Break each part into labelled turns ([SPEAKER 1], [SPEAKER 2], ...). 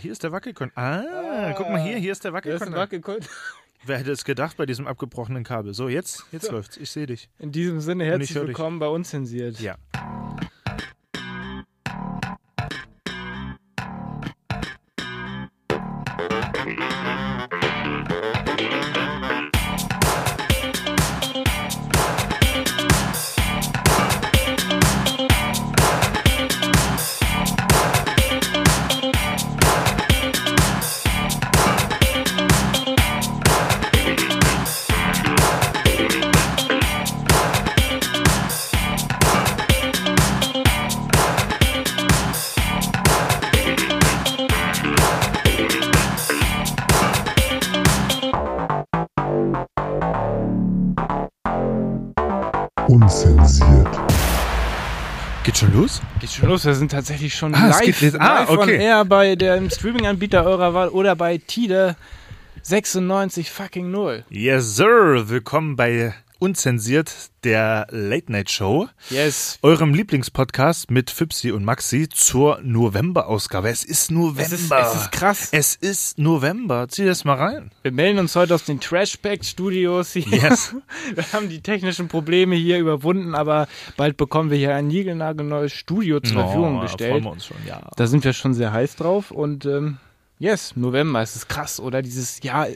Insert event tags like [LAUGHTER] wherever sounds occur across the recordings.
[SPEAKER 1] hier ist der Wackelkontakt. Ah, guck mal hier, hier ist der
[SPEAKER 2] Das ist ein
[SPEAKER 1] Wackelkontakt.
[SPEAKER 2] Wackelkontakt.
[SPEAKER 1] [LAUGHS] Wer hätte es gedacht bei diesem abgebrochenen Kabel? So, jetzt, jetzt läuft's. Ich sehe dich.
[SPEAKER 2] In diesem Sinne
[SPEAKER 1] ich
[SPEAKER 2] herzlich
[SPEAKER 1] hör dich.
[SPEAKER 2] willkommen bei Unzensiert.
[SPEAKER 1] Ja.
[SPEAKER 3] Unzensiert.
[SPEAKER 1] Geht schon los?
[SPEAKER 2] Geht schon los, wir sind tatsächlich schon
[SPEAKER 1] Ah, es
[SPEAKER 2] live,
[SPEAKER 1] geht jetzt- ah,
[SPEAKER 2] live on
[SPEAKER 1] okay.
[SPEAKER 2] air bei dem Streaming-Anbieter eurer Wahl oder bei Tide 96 fucking 0.
[SPEAKER 1] Yes, sir. Willkommen bei Unzensiert, der Late Night Show.
[SPEAKER 2] Yes.
[SPEAKER 1] Eurem Lieblingspodcast mit Fipsi und Maxi zur November-Ausgabe. Es ist November.
[SPEAKER 2] Es ist, es ist krass.
[SPEAKER 1] Es ist November. Zieh das mal rein.
[SPEAKER 2] Wir melden uns heute aus den Trashback-Studios hier.
[SPEAKER 1] Yes.
[SPEAKER 2] [LAUGHS]
[SPEAKER 1] [LAUGHS]
[SPEAKER 2] Wir haben die technischen Probleme hier überwunden, aber bald bekommen wir hier ein niegelnagelneues Studio zur Verfügung
[SPEAKER 1] Oh,
[SPEAKER 2] gestellt.
[SPEAKER 1] Freuen wir uns schon, ja.
[SPEAKER 2] Da sind wir schon sehr heiß drauf und ähm, yes, November, es ist krass, oder? Dieses Jahr,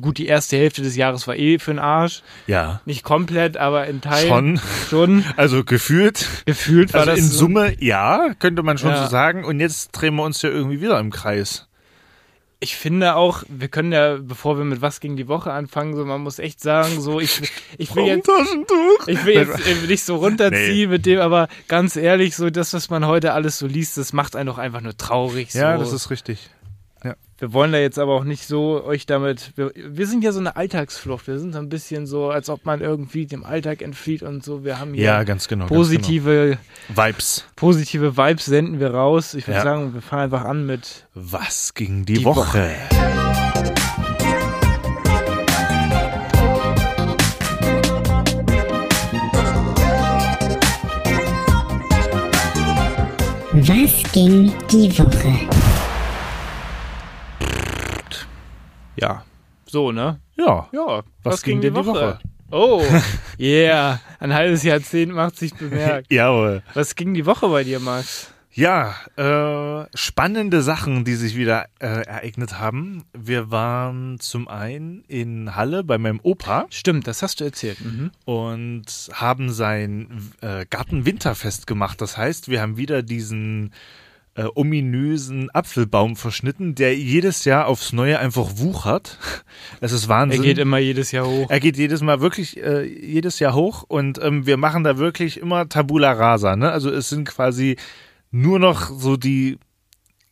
[SPEAKER 2] gut, die erste Hälfte des Jahres war eh für den Arsch.
[SPEAKER 1] Ja.
[SPEAKER 2] Nicht komplett, aber in Teilen
[SPEAKER 1] Schon.
[SPEAKER 2] schon.
[SPEAKER 1] Also gefühlt.
[SPEAKER 2] Gefühlt war
[SPEAKER 1] also
[SPEAKER 2] das
[SPEAKER 1] in
[SPEAKER 2] so-
[SPEAKER 1] Summe, ja, könnte man schon
[SPEAKER 2] Ja.
[SPEAKER 1] so sagen. Und jetzt drehen wir uns ja irgendwie wieder im Kreis.
[SPEAKER 2] Ich finde auch, wir können ja, bevor wir mit was gegen die Woche anfangen, so man muss echt sagen, so ich, ich will jetzt
[SPEAKER 1] Taschentuch.
[SPEAKER 2] Ich will jetzt äh, nicht so runterziehen mit dem, aber ganz ehrlich, so das, was man heute alles so liest, das macht einen doch einfach nur traurig. So.
[SPEAKER 1] Ja, das ist richtig.
[SPEAKER 2] wir wollen da jetzt aber auch nicht so euch damit. Wir, wir sind ja so eine Alltagsflucht. Wir sind so ein bisschen so, als ob man irgendwie dem Alltag entflieht und so. Wir haben hier
[SPEAKER 1] Ja, ganz genau.
[SPEAKER 2] positive,
[SPEAKER 1] Ganz genau. Vibes.
[SPEAKER 2] positive Vibes senden wir raus. Ich würde
[SPEAKER 1] Ja.
[SPEAKER 2] sagen, wir fangen einfach an mit.
[SPEAKER 1] Was ging die,
[SPEAKER 2] Die
[SPEAKER 1] Woche?
[SPEAKER 4] Was ging die Woche?
[SPEAKER 2] Ja. So, ne?
[SPEAKER 1] Ja.
[SPEAKER 2] Ja.
[SPEAKER 1] Was ging denn die Woche? [LAUGHS]
[SPEAKER 2] Oh, yeah. Ein halbes Jahrzehnt macht sich bemerkt.
[SPEAKER 1] [LAUGHS] Jawohl.
[SPEAKER 2] Was ging die Woche bei dir, Max?
[SPEAKER 1] Ja, äh, spannende Sachen, die sich wieder äh, ereignet haben. Wir waren zum einen in Halle bei meinem Opa
[SPEAKER 2] Stimmt, das hast du erzählt.
[SPEAKER 1] mhm. und haben sein äh, Gartenwinterfest gemacht. Das heißt, wir haben wieder diesen äh, ominösen Apfelbaum verschnitten, der jedes Jahr aufs Neue einfach wuchert. [LAUGHS] Es ist
[SPEAKER 2] Er
[SPEAKER 1] Wahnsinn.
[SPEAKER 2] geht immer jedes Jahr hoch.
[SPEAKER 1] Also Er geht jedes Mal wirklich, äh, jedes Jahr hoch und ähm, wir machen da wirklich immer Tabula Rasa. Ne? Also es sind quasi nur noch so die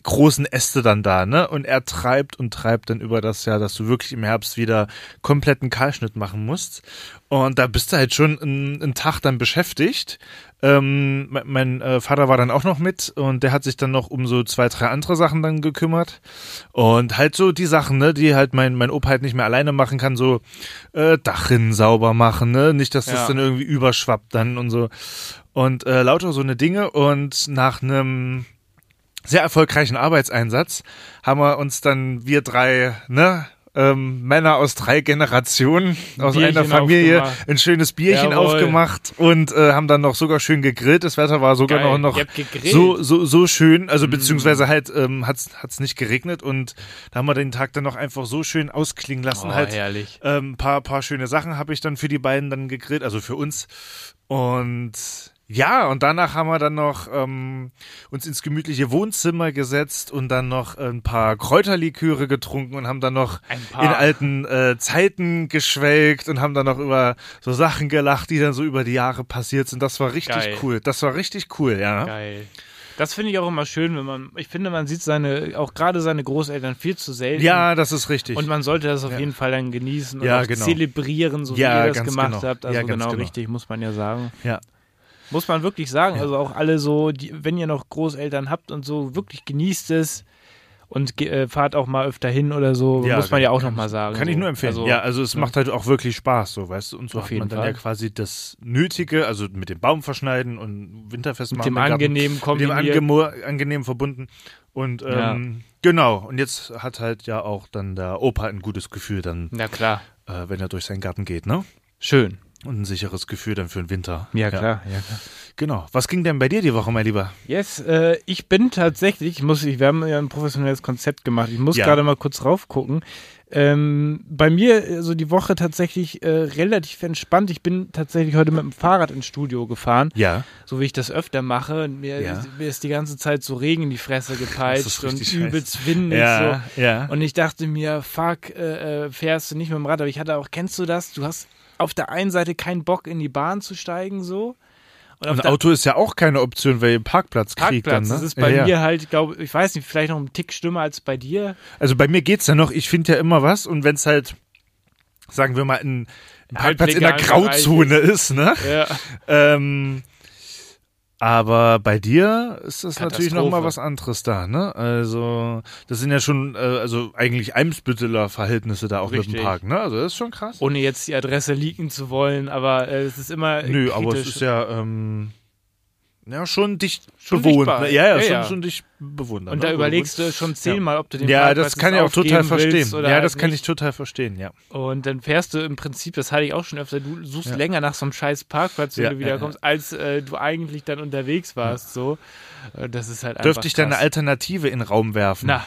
[SPEAKER 1] großen Äste dann da, ne? Und er treibt und treibt dann über das Jahr, dass du wirklich im Herbst wieder kompletten Kahlschnitt machen musst. Und da bist du halt schon einen, einen Tag dann beschäftigt. Ähm, mein mein äh, Vater war dann auch noch mit und der hat sich dann noch um so zwei, drei andere Sachen dann gekümmert. Und halt so die Sachen, ne, die halt mein, mein Opa halt nicht mehr alleine machen kann, so äh, Dachrinnen sauber machen, ne? Nicht, dass das
[SPEAKER 2] Ja.
[SPEAKER 1] dann irgendwie überschwappt dann und so. Und äh, lauter so eine Dinge und nach einem sehr erfolgreichen Arbeitseinsatz haben wir uns dann wir drei, ne? Ähm, Männer aus drei Generationen, aus
[SPEAKER 2] Bierchen
[SPEAKER 1] einer Familie,
[SPEAKER 2] aufgemacht.
[SPEAKER 1] ein schönes Bierchen
[SPEAKER 2] Jawohl.
[SPEAKER 1] aufgemacht und äh, haben dann noch sogar schön gegrillt. Das Wetter war sogar
[SPEAKER 2] Geil.
[SPEAKER 1] noch,
[SPEAKER 2] Ihr
[SPEAKER 1] noch
[SPEAKER 2] habt gegrillt. Mhm.
[SPEAKER 1] so, so, so schön, also beziehungsweise halt ähm, hat's hat's nicht geregnet und da haben wir den Tag dann noch einfach so schön ausklingen lassen.
[SPEAKER 2] Oh,
[SPEAKER 1] halt
[SPEAKER 2] herrlich.
[SPEAKER 1] ähm, paar, paar schöne Sachen habe ich dann für die beiden dann gegrillt, also für uns. Und ja, und danach haben wir dann noch ähm, uns ins gemütliche Wohnzimmer gesetzt und dann noch ein paar Kräuterliköre getrunken und haben dann noch
[SPEAKER 2] Ein paar.
[SPEAKER 1] in alten äh, Zeiten geschwelgt und haben dann noch über so Sachen gelacht, die dann so über die Jahre passiert sind. Das war richtig
[SPEAKER 2] Geil.
[SPEAKER 1] cool. Das war richtig cool, ja.
[SPEAKER 2] Geil. Das finde ich auch immer schön, wenn man, ich finde, man sieht seine, auch gerade seine Großeltern viel zu selten.
[SPEAKER 1] Ja, das ist richtig.
[SPEAKER 2] Und man sollte das auf jeden Fall dann genießen und
[SPEAKER 1] Ja,
[SPEAKER 2] auch
[SPEAKER 1] genau.
[SPEAKER 2] zelebrieren, so
[SPEAKER 1] Ja,
[SPEAKER 2] wie ihr das
[SPEAKER 1] ganz
[SPEAKER 2] gemacht
[SPEAKER 1] genau.
[SPEAKER 2] habt. Also
[SPEAKER 1] Ja, ganz
[SPEAKER 2] genau,
[SPEAKER 1] genau.
[SPEAKER 2] richtig, muss man ja sagen.
[SPEAKER 1] ja.
[SPEAKER 2] Muss man wirklich sagen. Also auch alle so, die, wenn ihr noch Großeltern habt und so, wirklich genießt es und ge- äh, fahrt auch mal öfter hin oder so.
[SPEAKER 1] Ja,
[SPEAKER 2] muss man ja auch
[SPEAKER 1] kann-
[SPEAKER 2] nochmal sagen.
[SPEAKER 1] Kann ich
[SPEAKER 2] so.
[SPEAKER 1] nur empfehlen.
[SPEAKER 2] Also,
[SPEAKER 1] ja, also es macht halt auch wirklich Spaß, so, weißt du. Und so
[SPEAKER 2] Auf
[SPEAKER 1] hat
[SPEAKER 2] jeden
[SPEAKER 1] man dann
[SPEAKER 2] Fall.
[SPEAKER 1] ja quasi das Nötige, also mit dem Baum verschneiden und Winterfest machen.
[SPEAKER 2] dem
[SPEAKER 1] im Garten,
[SPEAKER 2] Angenehmen
[SPEAKER 1] Mit dem
[SPEAKER 2] kombiniert.
[SPEAKER 1] Angemo- Angenehmen verbunden. Und ähm, Genau, und jetzt hat halt ja auch dann der Opa ein gutes Gefühl, dann,
[SPEAKER 2] Na klar.
[SPEAKER 1] äh, wenn er durch seinen Garten geht, ne?
[SPEAKER 2] Schön.
[SPEAKER 1] Und ein sicheres Gefühl dann für den Winter.
[SPEAKER 2] Ja, klar. Ja, klar.
[SPEAKER 1] Genau. Was ging denn bei dir die Woche, mein Lieber?
[SPEAKER 2] Yes, äh, ich bin tatsächlich, ich muss, ich, wir haben ja ein professionelles Konzept gemacht. Ich muss
[SPEAKER 1] Ja.
[SPEAKER 2] gerade mal kurz raufgucken. Ähm, bei mir, also die Woche tatsächlich äh, relativ entspannt. Ich bin tatsächlich heute mit dem Fahrrad ins Studio gefahren,
[SPEAKER 1] Ja.
[SPEAKER 2] so wie ich das öfter mache. Und Mir,
[SPEAKER 1] Ja.
[SPEAKER 2] mir ist die ganze Zeit so Regen in die Fresse
[SPEAKER 1] Das ist
[SPEAKER 2] gepeitscht und
[SPEAKER 1] richtig scheiße.
[SPEAKER 2] übelst windig.
[SPEAKER 1] ja,
[SPEAKER 2] So.
[SPEAKER 1] ja.
[SPEAKER 2] Und ich dachte mir, fuck, äh, äh, fährst du nicht mit dem Rad. Aber ich hatte auch, kennst du das? Du hast auf der einen Seite keinen Bock, in die Bahn zu steigen, so. auf
[SPEAKER 1] Ein
[SPEAKER 2] der-
[SPEAKER 1] Auto ist ja auch keine Option, weil ihr einen Parkplatz, kriegt dann.
[SPEAKER 2] Parkplatz.
[SPEAKER 1] Ne?
[SPEAKER 2] Das ist bei
[SPEAKER 1] ja,
[SPEAKER 2] mir
[SPEAKER 1] Ja.
[SPEAKER 2] halt, glaube ich, weiß nicht, vielleicht noch ein Tick schlimmer als bei dir.
[SPEAKER 1] Also bei mir geht's ja noch. Ich finde ja immer was und wenn's halt, sagen wir mal, ein ein Parkplatz in der
[SPEAKER 2] Halblegalen Bereich
[SPEAKER 1] Grauzone ist, ne? [LAUGHS]
[SPEAKER 2] Ja.
[SPEAKER 1] Ähm, aber bei dir ist das natürlich
[SPEAKER 2] Katastrophe.
[SPEAKER 1] nochmal was anderes da, ne? Also, das sind ja schon, äh, also eigentlich Eimsbütteler Verhältnisse da auch mit
[SPEAKER 2] Richtig.
[SPEAKER 1] dem Park, ne? Also, das ist schon krass.
[SPEAKER 2] Ohne jetzt die Adresse leaken zu wollen, aber äh, es ist immer. äh,
[SPEAKER 1] Nö, aber es
[SPEAKER 2] kritisch.
[SPEAKER 1] ist ja, ähm, ja, schon dicht
[SPEAKER 2] Schon
[SPEAKER 1] bewohnt.
[SPEAKER 2] dichtbar.
[SPEAKER 1] Ne? Ja, ja,
[SPEAKER 2] Ja,
[SPEAKER 1] schon,
[SPEAKER 2] ja.
[SPEAKER 1] schon dicht bewohnt.
[SPEAKER 2] Und da überlegst du schon zehnmal, ob du den
[SPEAKER 1] ne, Ja,
[SPEAKER 2] Parkplatz
[SPEAKER 1] das kann
[SPEAKER 2] jetzt
[SPEAKER 1] ich auch total
[SPEAKER 2] aufgeben willst
[SPEAKER 1] verstehen.
[SPEAKER 2] Oder halt
[SPEAKER 1] Ja, das kann
[SPEAKER 2] nicht.
[SPEAKER 1] ich total verstehen, ja.
[SPEAKER 2] Und dann fährst du im Prinzip, das hatte ich auch schon öfter, du suchst länger nach so einem scheiß Parkplatz, wenn
[SPEAKER 1] Ja,
[SPEAKER 2] du
[SPEAKER 1] ja,
[SPEAKER 2] wiederkommst, als äh, du eigentlich dann unterwegs warst. So, Äh, das ist halt einfach.
[SPEAKER 1] Dürfte ich da eine
[SPEAKER 2] krass.
[SPEAKER 1] Alternative in den Raum werfen?
[SPEAKER 2] Na,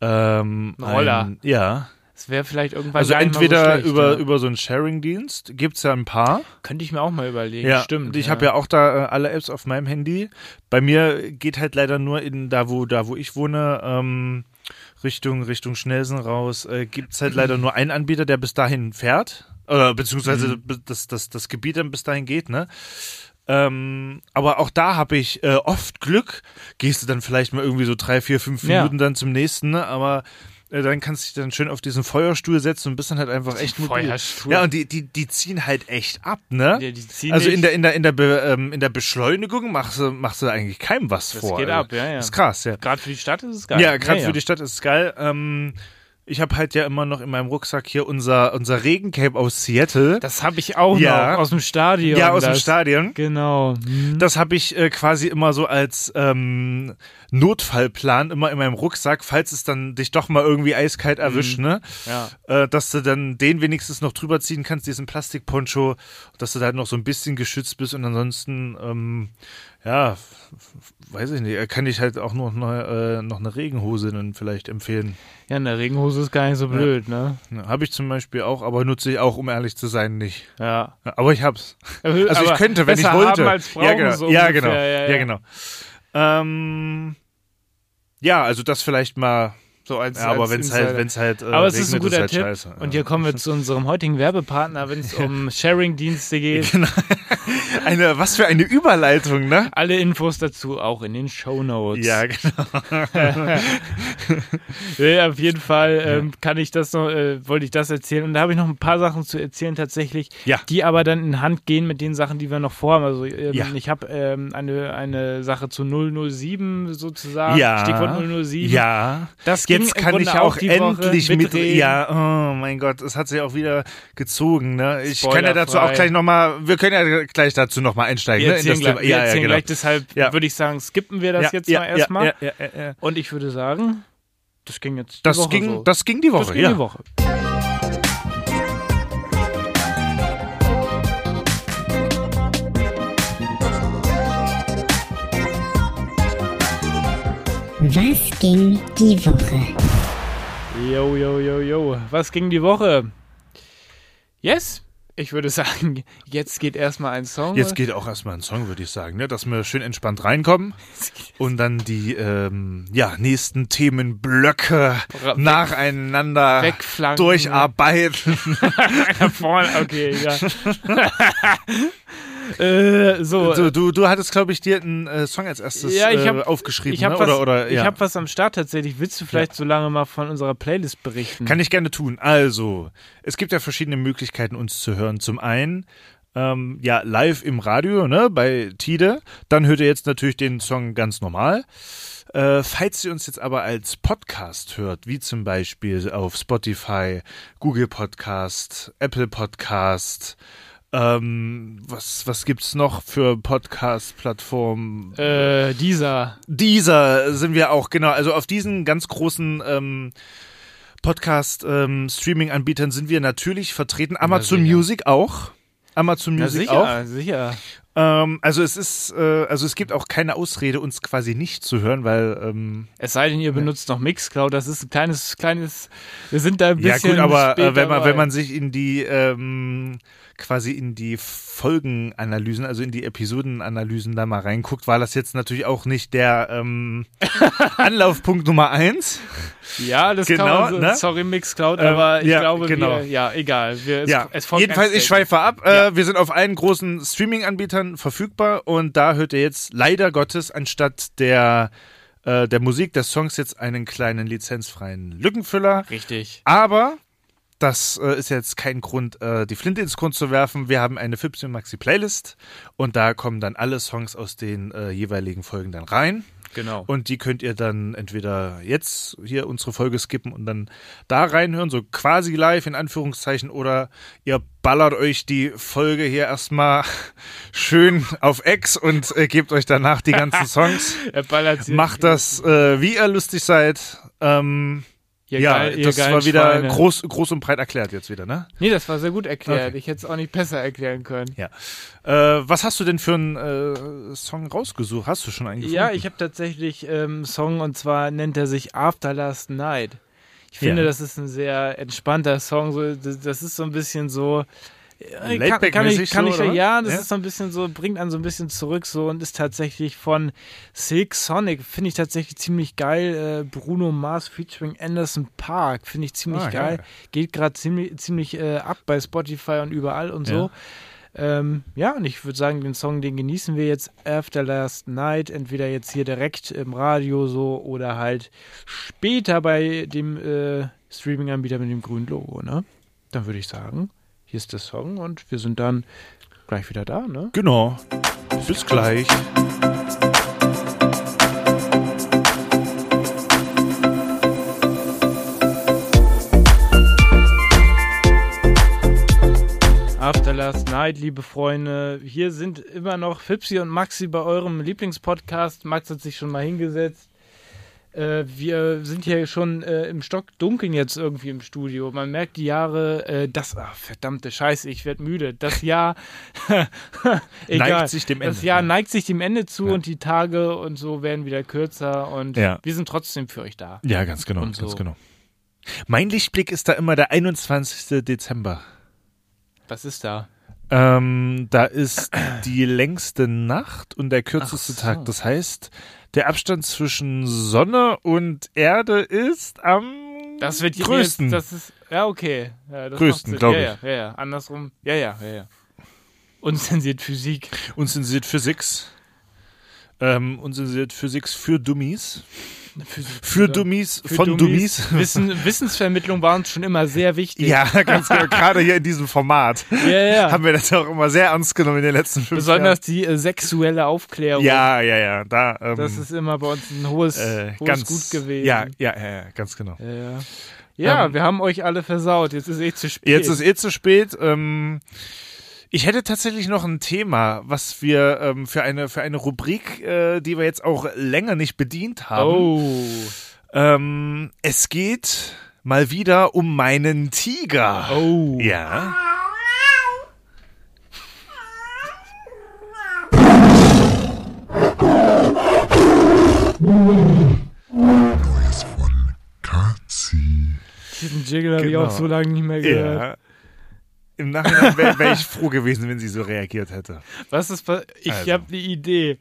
[SPEAKER 1] ähm,
[SPEAKER 2] ein Roller.
[SPEAKER 1] Ein, ja.
[SPEAKER 2] es wäre vielleicht irgendwann.
[SPEAKER 1] Also
[SPEAKER 2] gar nicht mal
[SPEAKER 1] entweder
[SPEAKER 2] so schlecht,
[SPEAKER 1] über,
[SPEAKER 2] ja.
[SPEAKER 1] über so einen Sharing-Dienst gibt's ja ein paar.
[SPEAKER 2] Könnte ich mir auch mal überlegen.
[SPEAKER 1] Ja,
[SPEAKER 2] Stimmt.
[SPEAKER 1] Ich habe ja auch da äh, alle Apps auf meinem Handy. Bei mir geht halt leider nur in da, wo, da, wo ich wohne, ähm, Richtung, Richtung Schnellsen raus, äh, gibt's halt leider nur einen Anbieter, der bis dahin fährt. Oder
[SPEAKER 2] Mhm.
[SPEAKER 1] beziehungsweise be- das, das, das Gebiet dann bis dahin geht, ne? Ähm, aber auch da habe ich äh, oft Glück. Gehst du dann vielleicht mal irgendwie so drei, vier, fünf
[SPEAKER 2] Ja.
[SPEAKER 1] Minuten dann zum nächsten, ne? Aber äh, dann kannst du dich dann schön auf diesen Feuerstuhl setzen und bist dann halt einfach echt mobil.
[SPEAKER 2] Feuerstuhl.
[SPEAKER 1] Ja, und die, die, die ziehen halt echt ab, ne?
[SPEAKER 2] Ja, die ziehen
[SPEAKER 1] also in
[SPEAKER 2] dich-
[SPEAKER 1] der, in der, in der, Be, ähm, in der Beschleunigung machst du, machst du eigentlich keinem was
[SPEAKER 2] Das
[SPEAKER 1] vor.
[SPEAKER 2] geht
[SPEAKER 1] also,
[SPEAKER 2] ab, ja, ja.
[SPEAKER 1] Ist krass, ja.
[SPEAKER 2] Gerade für die Stadt ist es geil.
[SPEAKER 1] Ja, gerade für die Stadt ist es geil. Ähm, ich habe halt ja immer noch in meinem Rucksack hier unser, unser Regencape aus Seattle.
[SPEAKER 2] Das habe ich auch
[SPEAKER 1] Ja.
[SPEAKER 2] noch aus dem Stadion.
[SPEAKER 1] ja, aus dem
[SPEAKER 2] das-
[SPEAKER 1] Stadion.
[SPEAKER 2] Genau. Hm.
[SPEAKER 1] Das habe ich äh, quasi immer so als ähm, Notfallplan immer in meinem Rucksack, falls es dann dich doch mal irgendwie eiskalt erwischt, ne?
[SPEAKER 2] Mhm. Ja.
[SPEAKER 1] Äh, dass du dann den wenigstens noch drüber ziehen kannst, diesen Plastikponcho, dass du da halt noch so ein bisschen geschützt bist und ansonsten, ähm, ja, f- f- weiß ich nicht, kann ich halt auch noch, ne, äh, noch eine Regenhose dann vielleicht empfehlen.
[SPEAKER 2] ja, in der Regenhose ist gar nicht so blöd, ne?
[SPEAKER 1] Ja, habe ich zum Beispiel auch, aber nutze ich auch, um ehrlich zu sein, nicht.
[SPEAKER 2] Ja.
[SPEAKER 1] Ja, aber ich hab's.
[SPEAKER 2] Also
[SPEAKER 1] Also ich könnte, wenn ich wollte.
[SPEAKER 2] Haben als brauchen,
[SPEAKER 1] ja, genau.
[SPEAKER 2] So
[SPEAKER 1] ja,
[SPEAKER 2] ungefähr.
[SPEAKER 1] genau.
[SPEAKER 2] Ja, ja.
[SPEAKER 1] genau. Ähm, ja, also das vielleicht mal.
[SPEAKER 2] So als,
[SPEAKER 1] Ja, aber
[SPEAKER 2] als
[SPEAKER 1] wenn es halt,
[SPEAKER 2] Insider.
[SPEAKER 1] wenn's halt äh,
[SPEAKER 2] aber es ist ein
[SPEAKER 1] regnet,
[SPEAKER 2] guter
[SPEAKER 1] halt
[SPEAKER 2] Tipp.
[SPEAKER 1] scheiße.
[SPEAKER 2] Und
[SPEAKER 1] ja.
[SPEAKER 2] hier
[SPEAKER 1] [LAUGHS]
[SPEAKER 2] kommen wir zu unserem heutigen Werbepartner, wenn es um Sharing-Dienste geht.
[SPEAKER 1] Genau. eine, was für eine Überleitung, ne?
[SPEAKER 2] Alle Infos dazu auch in den Shownotes.
[SPEAKER 1] Ja, genau.
[SPEAKER 2] Nee, auf jeden Fall ähm, kann ich das noch, äh, wollte ich das erzählen. Und da habe ich noch ein paar Sachen zu erzählen tatsächlich,
[SPEAKER 1] Ja.
[SPEAKER 2] die aber dann in Hand gehen mit den Sachen, die wir noch vorhaben. Also ähm,
[SPEAKER 1] Ja.
[SPEAKER 2] ich habe ähm, eine, eine Sache zu 007 sozusagen,
[SPEAKER 1] Ja.
[SPEAKER 2] Stichwort 007.
[SPEAKER 1] Ja,
[SPEAKER 2] Das
[SPEAKER 1] jetzt
[SPEAKER 2] ging im
[SPEAKER 1] kann
[SPEAKER 2] Grunde
[SPEAKER 1] ich auch,
[SPEAKER 2] die Woche
[SPEAKER 1] endlich mit.
[SPEAKER 2] mitreden.
[SPEAKER 1] Ja, oh mein Gott, es hat sich auch wieder gezogen. Ne? Ich kann ja dazu
[SPEAKER 2] Spoilerfrei.
[SPEAKER 1] auch gleich nochmal, wir können ja gleich dazu nochmal einsteigen.
[SPEAKER 2] Wir
[SPEAKER 1] ne, in
[SPEAKER 2] erzählen,
[SPEAKER 1] das
[SPEAKER 2] gleich,
[SPEAKER 1] Thema.
[SPEAKER 2] wir
[SPEAKER 1] Ja, ja,
[SPEAKER 2] erzählen
[SPEAKER 1] genau.
[SPEAKER 2] gleich, deshalb
[SPEAKER 1] Ja.
[SPEAKER 2] würde ich sagen, skippen wir das
[SPEAKER 1] ja,
[SPEAKER 2] jetzt
[SPEAKER 1] ja,
[SPEAKER 2] mal erstmal.
[SPEAKER 1] Ja, ja, ja, ja, ja.
[SPEAKER 2] Und ich würde sagen, das ging jetzt die
[SPEAKER 1] Das,
[SPEAKER 2] Woche
[SPEAKER 1] ging,
[SPEAKER 2] so.
[SPEAKER 1] das ging die Woche,
[SPEAKER 2] das ging
[SPEAKER 1] ja.
[SPEAKER 2] die Woche.
[SPEAKER 4] Was ging die Woche?
[SPEAKER 2] Jo, jo, jo, jo. Was ging die Woche? Yes? Ich würde [LAUGHS] sagen, jetzt geht erstmal ein Song.
[SPEAKER 1] Jetzt geht auch erstmal ein Song, würde ich sagen, ne? dass wir schön entspannt reinkommen und dann die ähm, ja, nächsten Themenblöcke
[SPEAKER 2] Ra- weg-
[SPEAKER 1] nacheinander
[SPEAKER 2] wegflanken. [LAUGHS]
[SPEAKER 1] durcharbeiten.
[SPEAKER 2] nach vorne. Okay, ja.
[SPEAKER 1] [LAUGHS]
[SPEAKER 2] äh, so.
[SPEAKER 1] Du, du, du hattest, glaube ich, dir einen äh, Song als erstes
[SPEAKER 2] Ja, ich hab-
[SPEAKER 1] äh, aufgeschrieben.
[SPEAKER 2] ich habe
[SPEAKER 1] ne?
[SPEAKER 2] was,
[SPEAKER 1] oder, oder,
[SPEAKER 2] ich
[SPEAKER 1] ja.
[SPEAKER 2] hab was am Start tatsächlich. Willst du vielleicht so lange mal von unserer Playlist berichten?
[SPEAKER 1] Kann ich gerne tun. Also, es gibt ja verschiedene Möglichkeiten, uns zu hören. Zum einen, ähm, ja, live im Radio, ne, bei Tide. Dann hört ihr jetzt natürlich den Song ganz normal. Äh, falls ihr uns jetzt aber als Podcast hört, wie zum Beispiel auf Spotify, Google Podcast, Apple Podcast, Ähm, was was gibt's noch für Podcast-Plattformen?
[SPEAKER 2] Äh, dieser.
[SPEAKER 1] Dieser sind wir auch, genau. Also auf diesen ganz großen ähm, Podcast-Streaming-Anbietern sind wir natürlich vertreten. Amazon
[SPEAKER 2] sicher.
[SPEAKER 1] Music auch. Amazon Music auch.
[SPEAKER 2] sicher.
[SPEAKER 1] Ähm, also es ist, äh, also es gibt auch keine Ausrede, uns quasi nicht zu hören, weil ähm,
[SPEAKER 2] Es sei denn, ihr benutzt noch Mixcloud. Das ist ein kleines, kleines. Wir sind da ein
[SPEAKER 1] ja
[SPEAKER 2] bisschen.
[SPEAKER 1] gut, aber
[SPEAKER 2] spät
[SPEAKER 1] äh, wenn man
[SPEAKER 2] dabei.
[SPEAKER 1] wenn man sich in die ähm, quasi in die Folgenanalysen, also in die Episodenanalysen da mal reinguckt, war das jetzt natürlich auch nicht der ähm,
[SPEAKER 2] [LAUGHS]
[SPEAKER 1] Anlaufpunkt Nummer eins.
[SPEAKER 2] Ja, das
[SPEAKER 1] Genau,
[SPEAKER 2] kann man so,
[SPEAKER 1] ne?
[SPEAKER 2] Sorry, Mixcloud,
[SPEAKER 1] Ähm,
[SPEAKER 2] aber ich
[SPEAKER 1] ja,
[SPEAKER 2] glaube,
[SPEAKER 1] genau.
[SPEAKER 2] wir, ja, egal. Wir, es-
[SPEAKER 1] Ja,
[SPEAKER 2] es folgt
[SPEAKER 1] jedenfalls,
[SPEAKER 2] ein
[SPEAKER 1] ich
[SPEAKER 2] Statement.
[SPEAKER 1] schweife ab. Äh, wir sind auf allen großen Streaming-Anbietern verfügbar und da hört ihr jetzt leider Gottes anstatt der, äh, der Musik des Songs jetzt einen kleinen lizenzfreien Lückenfüller.
[SPEAKER 2] Richtig.
[SPEAKER 1] Aber das äh, ist jetzt kein Grund, äh, die Flinte ins Korn zu werfen. Wir haben eine Fipsio Maxi Playlist und da kommen dann alle Songs aus den äh, jeweiligen Folgen dann rein.
[SPEAKER 2] Genau.
[SPEAKER 1] Und die könnt ihr dann entweder jetzt hier unsere Folge skippen und dann da reinhören, so quasi live in Anführungszeichen, oder ihr ballert euch die Folge hier erstmal [LAUGHS] schön auf Ex und äh, gebt euch danach die
[SPEAKER 2] [LAUGHS]
[SPEAKER 1] ganzen Songs.
[SPEAKER 2] er ballert sie-
[SPEAKER 1] Macht das, äh, wie ihr lustig seid. Ähm,
[SPEAKER 2] Ihr
[SPEAKER 1] ja,
[SPEAKER 2] geil- ihr
[SPEAKER 1] das
[SPEAKER 2] geilen
[SPEAKER 1] war wieder
[SPEAKER 2] Schweine.
[SPEAKER 1] groß, groß und breit erklärt jetzt wieder, ne?
[SPEAKER 2] Nee, das war sehr gut erklärt. Ich hätte es auch nicht besser erklären können.
[SPEAKER 1] Ja. Äh, was hast du denn für einen äh, Song rausgesucht? Hast du schon einen gefunden?
[SPEAKER 2] Ja, ich habe tatsächlich ähm, einen Song und zwar nennt er sich After Last Night. Ich
[SPEAKER 1] Ja.
[SPEAKER 2] finde, das ist ein sehr entspannter Song. So, das, das ist so ein bisschen so. äh, Kann, kann
[SPEAKER 1] Laidback-mäßig
[SPEAKER 2] ich, kann
[SPEAKER 1] so,
[SPEAKER 2] ich,
[SPEAKER 1] oder was?
[SPEAKER 2] ja, das
[SPEAKER 1] Ja.
[SPEAKER 2] ist so ein bisschen so, bringt einen so ein bisschen zurück so und ist tatsächlich von Silk Sonic, finde ich tatsächlich ziemlich geil. Äh, Bruno Mars featuring Anderson Park, finde ich ziemlich
[SPEAKER 1] Ah,
[SPEAKER 2] geil.
[SPEAKER 1] geil.
[SPEAKER 2] Geht gerade ziemlich, ziemlich äh, ab bei Spotify und überall und
[SPEAKER 1] Ja.
[SPEAKER 2] so. Ähm, ja, und ich würde sagen, den Song, den genießen wir jetzt After Last Night, entweder jetzt hier direkt im Radio so oder halt später bei dem äh, Streaming-Anbieter mit dem grünen Logo, ne? Dann würde ich sagen, hier ist der Song und wir sind dann gleich wieder da, ne?
[SPEAKER 1] Genau. Bis gleich.
[SPEAKER 2] After Last Night, liebe Freunde. Hier sind immer noch Fipsi und Maxi bei eurem Lieblingspodcast. Max hat sich schon mal hingesetzt. Äh, wir sind hier schon äh, im Stock dunkeln jetzt irgendwie im Studio. Man merkt die Jahre, äh, das, ach, verdammte Scheiße, ich werde müde. Das Jahr [LAUGHS] egal.
[SPEAKER 1] Neigt sich dem
[SPEAKER 2] Das
[SPEAKER 1] Ende,
[SPEAKER 2] Jahr
[SPEAKER 1] ja.
[SPEAKER 2] neigt sich dem Ende zu
[SPEAKER 1] Ja.
[SPEAKER 2] und die Tage und so werden wieder kürzer und
[SPEAKER 1] Ja.
[SPEAKER 2] wir sind trotzdem für euch da.
[SPEAKER 1] Ja, ganz genau,
[SPEAKER 2] Und so.
[SPEAKER 1] ganz genau. Mein Lichtblick ist da immer der 21. Dezember.
[SPEAKER 2] Was ist da?
[SPEAKER 1] Ähm, da
[SPEAKER 2] [CLEARS THROAT]
[SPEAKER 1] ist die längste Nacht und der kürzeste
[SPEAKER 2] Ach so.
[SPEAKER 1] Tag. Das heißt, der Abstand zwischen Sonne und Erde ist am
[SPEAKER 2] Das wird jetzt-
[SPEAKER 1] größten.
[SPEAKER 2] Das ist, ja, okay. Ja, das
[SPEAKER 1] Größten,
[SPEAKER 2] macht Sinn.
[SPEAKER 1] glaub
[SPEAKER 2] ja, Ja, ja, ja. Andersrum. Ja, ja, ja, ja. Unzensiert Physik.
[SPEAKER 1] Uns interessiert Physics. Ähm, uns interessiert Physics für Dummies.
[SPEAKER 2] Physik
[SPEAKER 1] Für
[SPEAKER 2] Ja.
[SPEAKER 1] Dummies,
[SPEAKER 2] Für
[SPEAKER 1] von Dummies.
[SPEAKER 2] Wissen, Wissensvermittlung war uns schon immer sehr wichtig. [LAUGHS]
[SPEAKER 1] Ja, ganz genau. Gerade hier in diesem Format
[SPEAKER 2] ja. ja.
[SPEAKER 1] haben wir das auch immer sehr ernst genommen in den letzten fünf
[SPEAKER 2] Besonders die äh, sexuelle Aufklärung.
[SPEAKER 1] Jahren. Ja, ja, ja. Da, ähm,
[SPEAKER 2] Das ist immer bei uns ein hohes,
[SPEAKER 1] äh,
[SPEAKER 2] hohes
[SPEAKER 1] ganz
[SPEAKER 2] Gut gewesen.
[SPEAKER 1] Ja, ja, ja, ja ganz genau.
[SPEAKER 2] Ja, ja. Ja,
[SPEAKER 1] Ähm,
[SPEAKER 2] wir haben euch alle versaut. Jetzt ist eh zu spät.
[SPEAKER 1] Jetzt ist eh zu spät. Ähm, ich hätte tatsächlich noch ein Thema, was wir ähm, für eine für eine Rubrik, äh, die wir jetzt auch länger nicht bedient haben.
[SPEAKER 2] Oh.
[SPEAKER 1] Ähm, es geht mal wieder um meinen Tiger.
[SPEAKER 2] Oh.
[SPEAKER 1] Ja.
[SPEAKER 2] Diesen Jiggle habe ich
[SPEAKER 1] Genau.
[SPEAKER 2] auch so lange nicht mehr gehört.
[SPEAKER 1] ja. Im Nachhinein wäre wär ich froh gewesen, wenn sie so reagiert hätte.
[SPEAKER 2] Was ist pa- Ich
[SPEAKER 1] Also.
[SPEAKER 2] habe die Idee.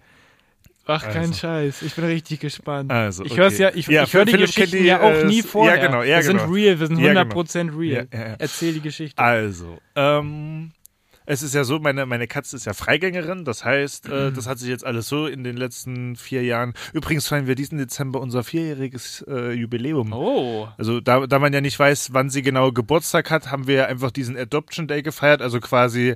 [SPEAKER 2] Ach, kein
[SPEAKER 1] Also.
[SPEAKER 2] Scheiß. Ich bin richtig gespannt.
[SPEAKER 1] Also,
[SPEAKER 2] ich
[SPEAKER 1] okay.
[SPEAKER 2] höre ja, ich,
[SPEAKER 1] Ja,
[SPEAKER 2] ich höre die
[SPEAKER 1] Philipp
[SPEAKER 2] Geschichten
[SPEAKER 1] kennt die,
[SPEAKER 2] ja auch
[SPEAKER 1] äh,
[SPEAKER 2] nie
[SPEAKER 1] ja,
[SPEAKER 2] vorher.
[SPEAKER 1] genau, ja,
[SPEAKER 2] wir sind
[SPEAKER 1] genau.
[SPEAKER 2] real, wir sind
[SPEAKER 1] Ja, genau.
[SPEAKER 2] 100% real.
[SPEAKER 1] Ja, ja, ja.
[SPEAKER 2] Erzähl die Geschichte.
[SPEAKER 1] Also, ähm, es ist ja so, meine, meine Katze ist ja Freigängerin, das heißt, äh,
[SPEAKER 2] Mhm.
[SPEAKER 1] das hat sich jetzt alles so in den letzten vier Jahren. Übrigens feiern wir diesen Dezember unser vierjähriges äh, Jubiläum.
[SPEAKER 2] Oh.
[SPEAKER 1] Also da, da man ja nicht weiß, wann sie genau Geburtstag hat, haben wir einfach diesen Adoption Day gefeiert, also quasi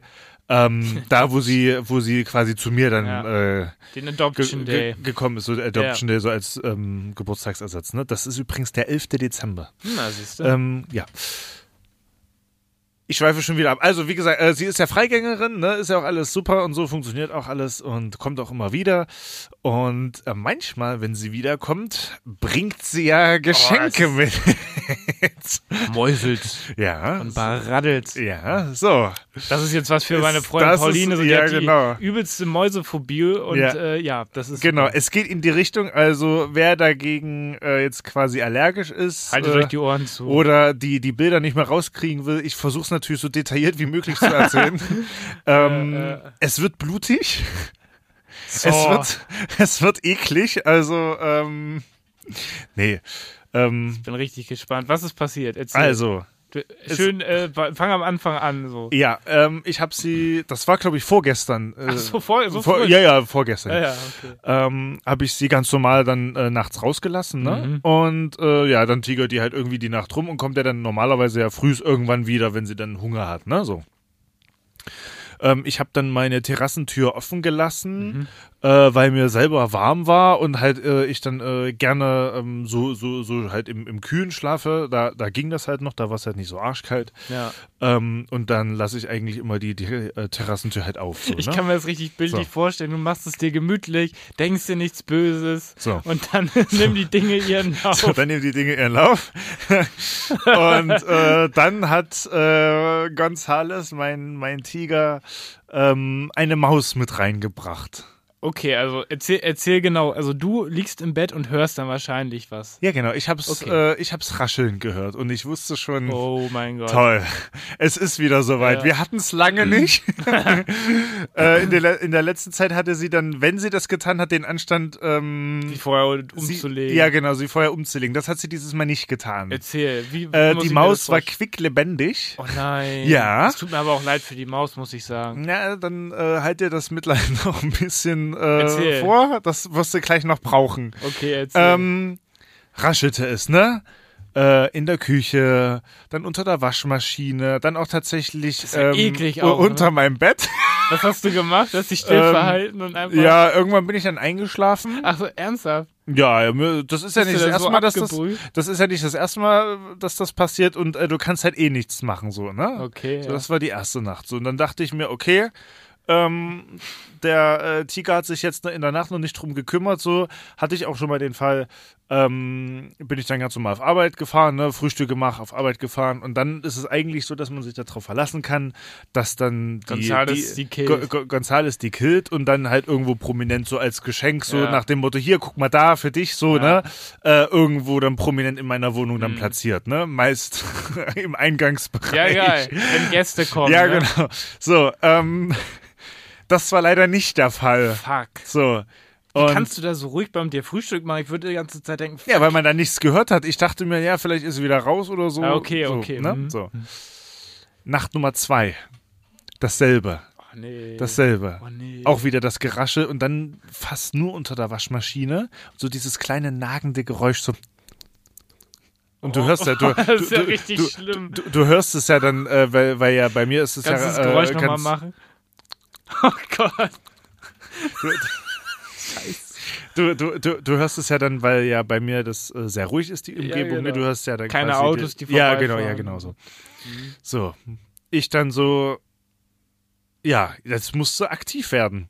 [SPEAKER 2] [LAUGHS]
[SPEAKER 1] ähm, da, wo sie, wo sie quasi zu mir dann äh,
[SPEAKER 2] Den
[SPEAKER 1] ge
[SPEAKER 2] Adoption
[SPEAKER 1] ge
[SPEAKER 2] Day.
[SPEAKER 1] gekommen ist, so der Adoption Day, so als ähm, Geburtstagsersatz.
[SPEAKER 2] Hm,
[SPEAKER 1] Ne? Das ist übrigens der 11. Dezember.
[SPEAKER 2] Na, siehst du.
[SPEAKER 1] Ähm, ja. Ich schweife schon wieder ab. Also, wie gesagt, äh, sie ist ja Freigängerin, ne? ist ja auch alles super und so funktioniert auch alles und kommt auch immer wieder. Und äh, manchmal, wenn sie wiederkommt, bringt sie
[SPEAKER 2] Oh,
[SPEAKER 1] ja Geschenke mit.
[SPEAKER 2] Mäuselt
[SPEAKER 1] [LAUGHS] ja.
[SPEAKER 2] und baraddelt.
[SPEAKER 1] Ja, so.
[SPEAKER 2] Das ist jetzt was für meine
[SPEAKER 1] Ist-
[SPEAKER 2] Freundin
[SPEAKER 1] das ist-
[SPEAKER 2] Pauline. so, die
[SPEAKER 1] ja,
[SPEAKER 2] hat die
[SPEAKER 1] genau.
[SPEAKER 2] übelste Mäusephobie und
[SPEAKER 1] Ja.
[SPEAKER 2] ja, äh, ja das ist.
[SPEAKER 1] Genau, es geht in die Richtung, also wer dagegen äh, jetzt quasi allergisch ist
[SPEAKER 2] Haltet
[SPEAKER 1] äh,
[SPEAKER 2] euch die Ohren zu.
[SPEAKER 1] oder die, die Bilder nicht mehr rauskriegen will, ich versuche es natürlich so detailliert wie möglich zu
[SPEAKER 2] [LAUGHS]
[SPEAKER 1] erzählen. [LAUGHS] ähm,
[SPEAKER 2] Äh, äh.
[SPEAKER 1] Es wird blutig,
[SPEAKER 2] so.
[SPEAKER 1] es, wird, es wird eklig, also ähm, nee. Ähm,
[SPEAKER 2] bin richtig gespannt. Was ist passiert? Erzähl.
[SPEAKER 1] also,
[SPEAKER 2] Du- Schön, äh, ba- fang am Anfang an. So.
[SPEAKER 1] ja, ähm, ich habe sie, das war glaube ich vorgestern. Äh,
[SPEAKER 2] Ach so, vor, so
[SPEAKER 1] vor,
[SPEAKER 2] früh.
[SPEAKER 1] ja, ja, vorgestern.
[SPEAKER 2] ja, ja, okay.
[SPEAKER 1] ähm, habe ich sie ganz normal dann äh, nachts rausgelassen.
[SPEAKER 2] Mhm.
[SPEAKER 1] Ne? Und äh, ja, dann tigert die halt irgendwie die Nacht rum und kommt ja dann normalerweise ja frühs irgendwann wieder, wenn sie dann Hunger hat. Ne? So. Ähm, ich habe dann meine Terrassentür offen gelassen,
[SPEAKER 2] Mhm.
[SPEAKER 1] äh, weil mir selber warm war und halt äh, ich dann äh, gerne ähm, so, so, so halt im, im Kühlen schlafe. Da, da ging das halt noch, da war es halt nicht so arschkalt.
[SPEAKER 2] Ja.
[SPEAKER 1] Ähm, und dann lasse ich eigentlich immer die, die äh, Terrassentür halt auf. So,
[SPEAKER 2] Ich
[SPEAKER 1] ne?
[SPEAKER 2] kann mir das richtig bildlich
[SPEAKER 1] So.
[SPEAKER 2] vorstellen. Du machst es dir gemütlich, denkst dir nichts Böses
[SPEAKER 1] So.
[SPEAKER 2] und dann [LAUGHS] nimm die Dinge ihren Lauf.
[SPEAKER 1] [LAUGHS]
[SPEAKER 2] [LAUGHS]
[SPEAKER 1] So, dann nehmen die Dinge ihren Lauf. und äh, dann hat äh, Gonzales, mein, mein Tiger, ähm, eine Maus mit reingebracht.
[SPEAKER 2] Okay, also erzähl, erzähl genau. Also du liegst im Bett und hörst dann wahrscheinlich was.
[SPEAKER 1] Ja, genau. Ich hab's,
[SPEAKER 2] Okay.
[SPEAKER 1] äh, ich hab's rascheln gehört und ich wusste schon.
[SPEAKER 2] Oh mein Gott.
[SPEAKER 1] Hm. Toll. Es ist wieder soweit.
[SPEAKER 2] Ja. Mhm.
[SPEAKER 1] Wir hatten es lange
[SPEAKER 2] [LAUGHS]
[SPEAKER 1] nicht. [LAUGHS] äh, in, der, le- in der letzten Zeit hatte sie dann, wenn sie das getan hat, den Anstand, ähm,
[SPEAKER 2] Die vorher
[SPEAKER 1] sie,
[SPEAKER 2] umzulegen.
[SPEAKER 1] ja genau, sie vorher umzulegen. Das hat sie dieses Mal nicht getan.
[SPEAKER 2] Erzähl. Wie,
[SPEAKER 1] äh,
[SPEAKER 2] muss
[SPEAKER 1] die
[SPEAKER 2] ich mir
[SPEAKER 1] Maus
[SPEAKER 2] das
[SPEAKER 1] war
[SPEAKER 2] vorstellen?
[SPEAKER 1] quicklebendig.
[SPEAKER 2] Oh nein.
[SPEAKER 1] Ja.
[SPEAKER 2] Es tut mir aber auch leid für die Maus, muss ich sagen.
[SPEAKER 1] Na, dann äh, halt dir das Mitleid [LAUGHS] noch ein bisschen
[SPEAKER 2] Erzähl.
[SPEAKER 1] äh, vor. Das wirst du gleich noch brauchen.
[SPEAKER 2] Okay, erzähl.
[SPEAKER 1] Ähm, raschelte es, ne? Äh, in der Küche, dann unter der Waschmaschine, dann auch tatsächlich
[SPEAKER 2] ja
[SPEAKER 1] ähm,
[SPEAKER 2] eklig
[SPEAKER 1] u-
[SPEAKER 2] auch, ne?
[SPEAKER 1] unter meinem
[SPEAKER 2] [LAUGHS]
[SPEAKER 1] Bett.
[SPEAKER 2] Was hast du gemacht? Du hast dich still
[SPEAKER 1] ähm,
[SPEAKER 2] verhalten und einfach.
[SPEAKER 1] ja, irgendwann bin ich dann eingeschlafen.
[SPEAKER 2] Ach so, ernsthaft?
[SPEAKER 1] Ja, mir- das ist ja
[SPEAKER 2] Bist
[SPEAKER 1] nicht
[SPEAKER 2] du
[SPEAKER 1] das erste
[SPEAKER 2] da so
[SPEAKER 1] Mal, dass das, [LAUGHS]
[SPEAKER 2] abgebrüht?
[SPEAKER 1] das ist ja nicht das erste Mal, dass das passiert und äh, du kannst halt eh nichts machen so, ne?
[SPEAKER 2] Okay.
[SPEAKER 1] So,
[SPEAKER 2] ja.
[SPEAKER 1] das war die erste Nacht. So, und dann dachte ich mir, okay, ähm, der äh, Tiger hat sich jetzt in der Nacht noch nicht drum gekümmert. So hatte ich auch schon mal den Fall. Ähm, bin ich dann ganz normal auf Arbeit gefahren, ne? Frühstück gemacht, auf Arbeit gefahren. Und dann ist es eigentlich so, dass man sich darauf verlassen kann, dass dann die,
[SPEAKER 2] Gonzales die killt.
[SPEAKER 1] Go- Go- Gonzales die killt und dann halt irgendwo prominent so als Geschenk, so
[SPEAKER 2] Ja.
[SPEAKER 1] nach dem Motto, hier, guck mal da für dich, so,
[SPEAKER 2] Ja. Mhm.
[SPEAKER 1] ne? Äh, irgendwo dann prominent in meiner Wohnung dann platziert, ne? Meist [LAUGHS] im Eingangsbereich.
[SPEAKER 2] ja, geil. Wenn Gäste kommen.
[SPEAKER 1] Ja,
[SPEAKER 2] ne?
[SPEAKER 1] genau. So, ähm, das war leider nicht der Fall.
[SPEAKER 2] Fuck.
[SPEAKER 1] So. Und
[SPEAKER 2] Kannst du da so ruhig beim dir Frühstück machen? Ich würde die ganze Zeit denken,
[SPEAKER 1] ja, weil man da nichts gehört hat. Ich dachte mir, ja, vielleicht ist sie wieder raus oder so.
[SPEAKER 2] Ah, okay,
[SPEAKER 1] so,
[SPEAKER 2] okay,
[SPEAKER 1] Ne?
[SPEAKER 2] mhm.
[SPEAKER 1] So. Nacht Nummer zwei. Dasselbe.
[SPEAKER 2] oh nee.
[SPEAKER 1] Dasselbe.
[SPEAKER 2] oh nee.
[SPEAKER 1] Auch wieder das Gerasche und dann fast nur unter der Waschmaschine. So dieses kleine nagende Geräusch. So. Und du hörst ja, du,
[SPEAKER 2] Oh, [LAUGHS] das
[SPEAKER 1] du,
[SPEAKER 2] ist ja
[SPEAKER 1] du,
[SPEAKER 2] richtig
[SPEAKER 1] du,
[SPEAKER 2] schlimm.
[SPEAKER 1] du, du hörst es ja dann, äh, weil, weil ja bei mir ist es
[SPEAKER 2] Kannst du
[SPEAKER 1] ja
[SPEAKER 2] das Geräusch
[SPEAKER 1] äh,
[SPEAKER 2] nochmal
[SPEAKER 1] [LAUGHS] ganz-
[SPEAKER 2] machen? [LAUGHS] Oh Gott.
[SPEAKER 1] Du, du, du, du hörst es ja dann, weil ja bei mir das äh, sehr ruhig ist, die Umgebung. ne?
[SPEAKER 2] genau.
[SPEAKER 1] Du hörst ja dann
[SPEAKER 2] Keine
[SPEAKER 1] quasi
[SPEAKER 2] Autos, die
[SPEAKER 1] Ja, genau,
[SPEAKER 2] vorbeifahren. Mhm.
[SPEAKER 1] ja, genau so. So, ich dann so, ja, jetzt musst du aktiv werden.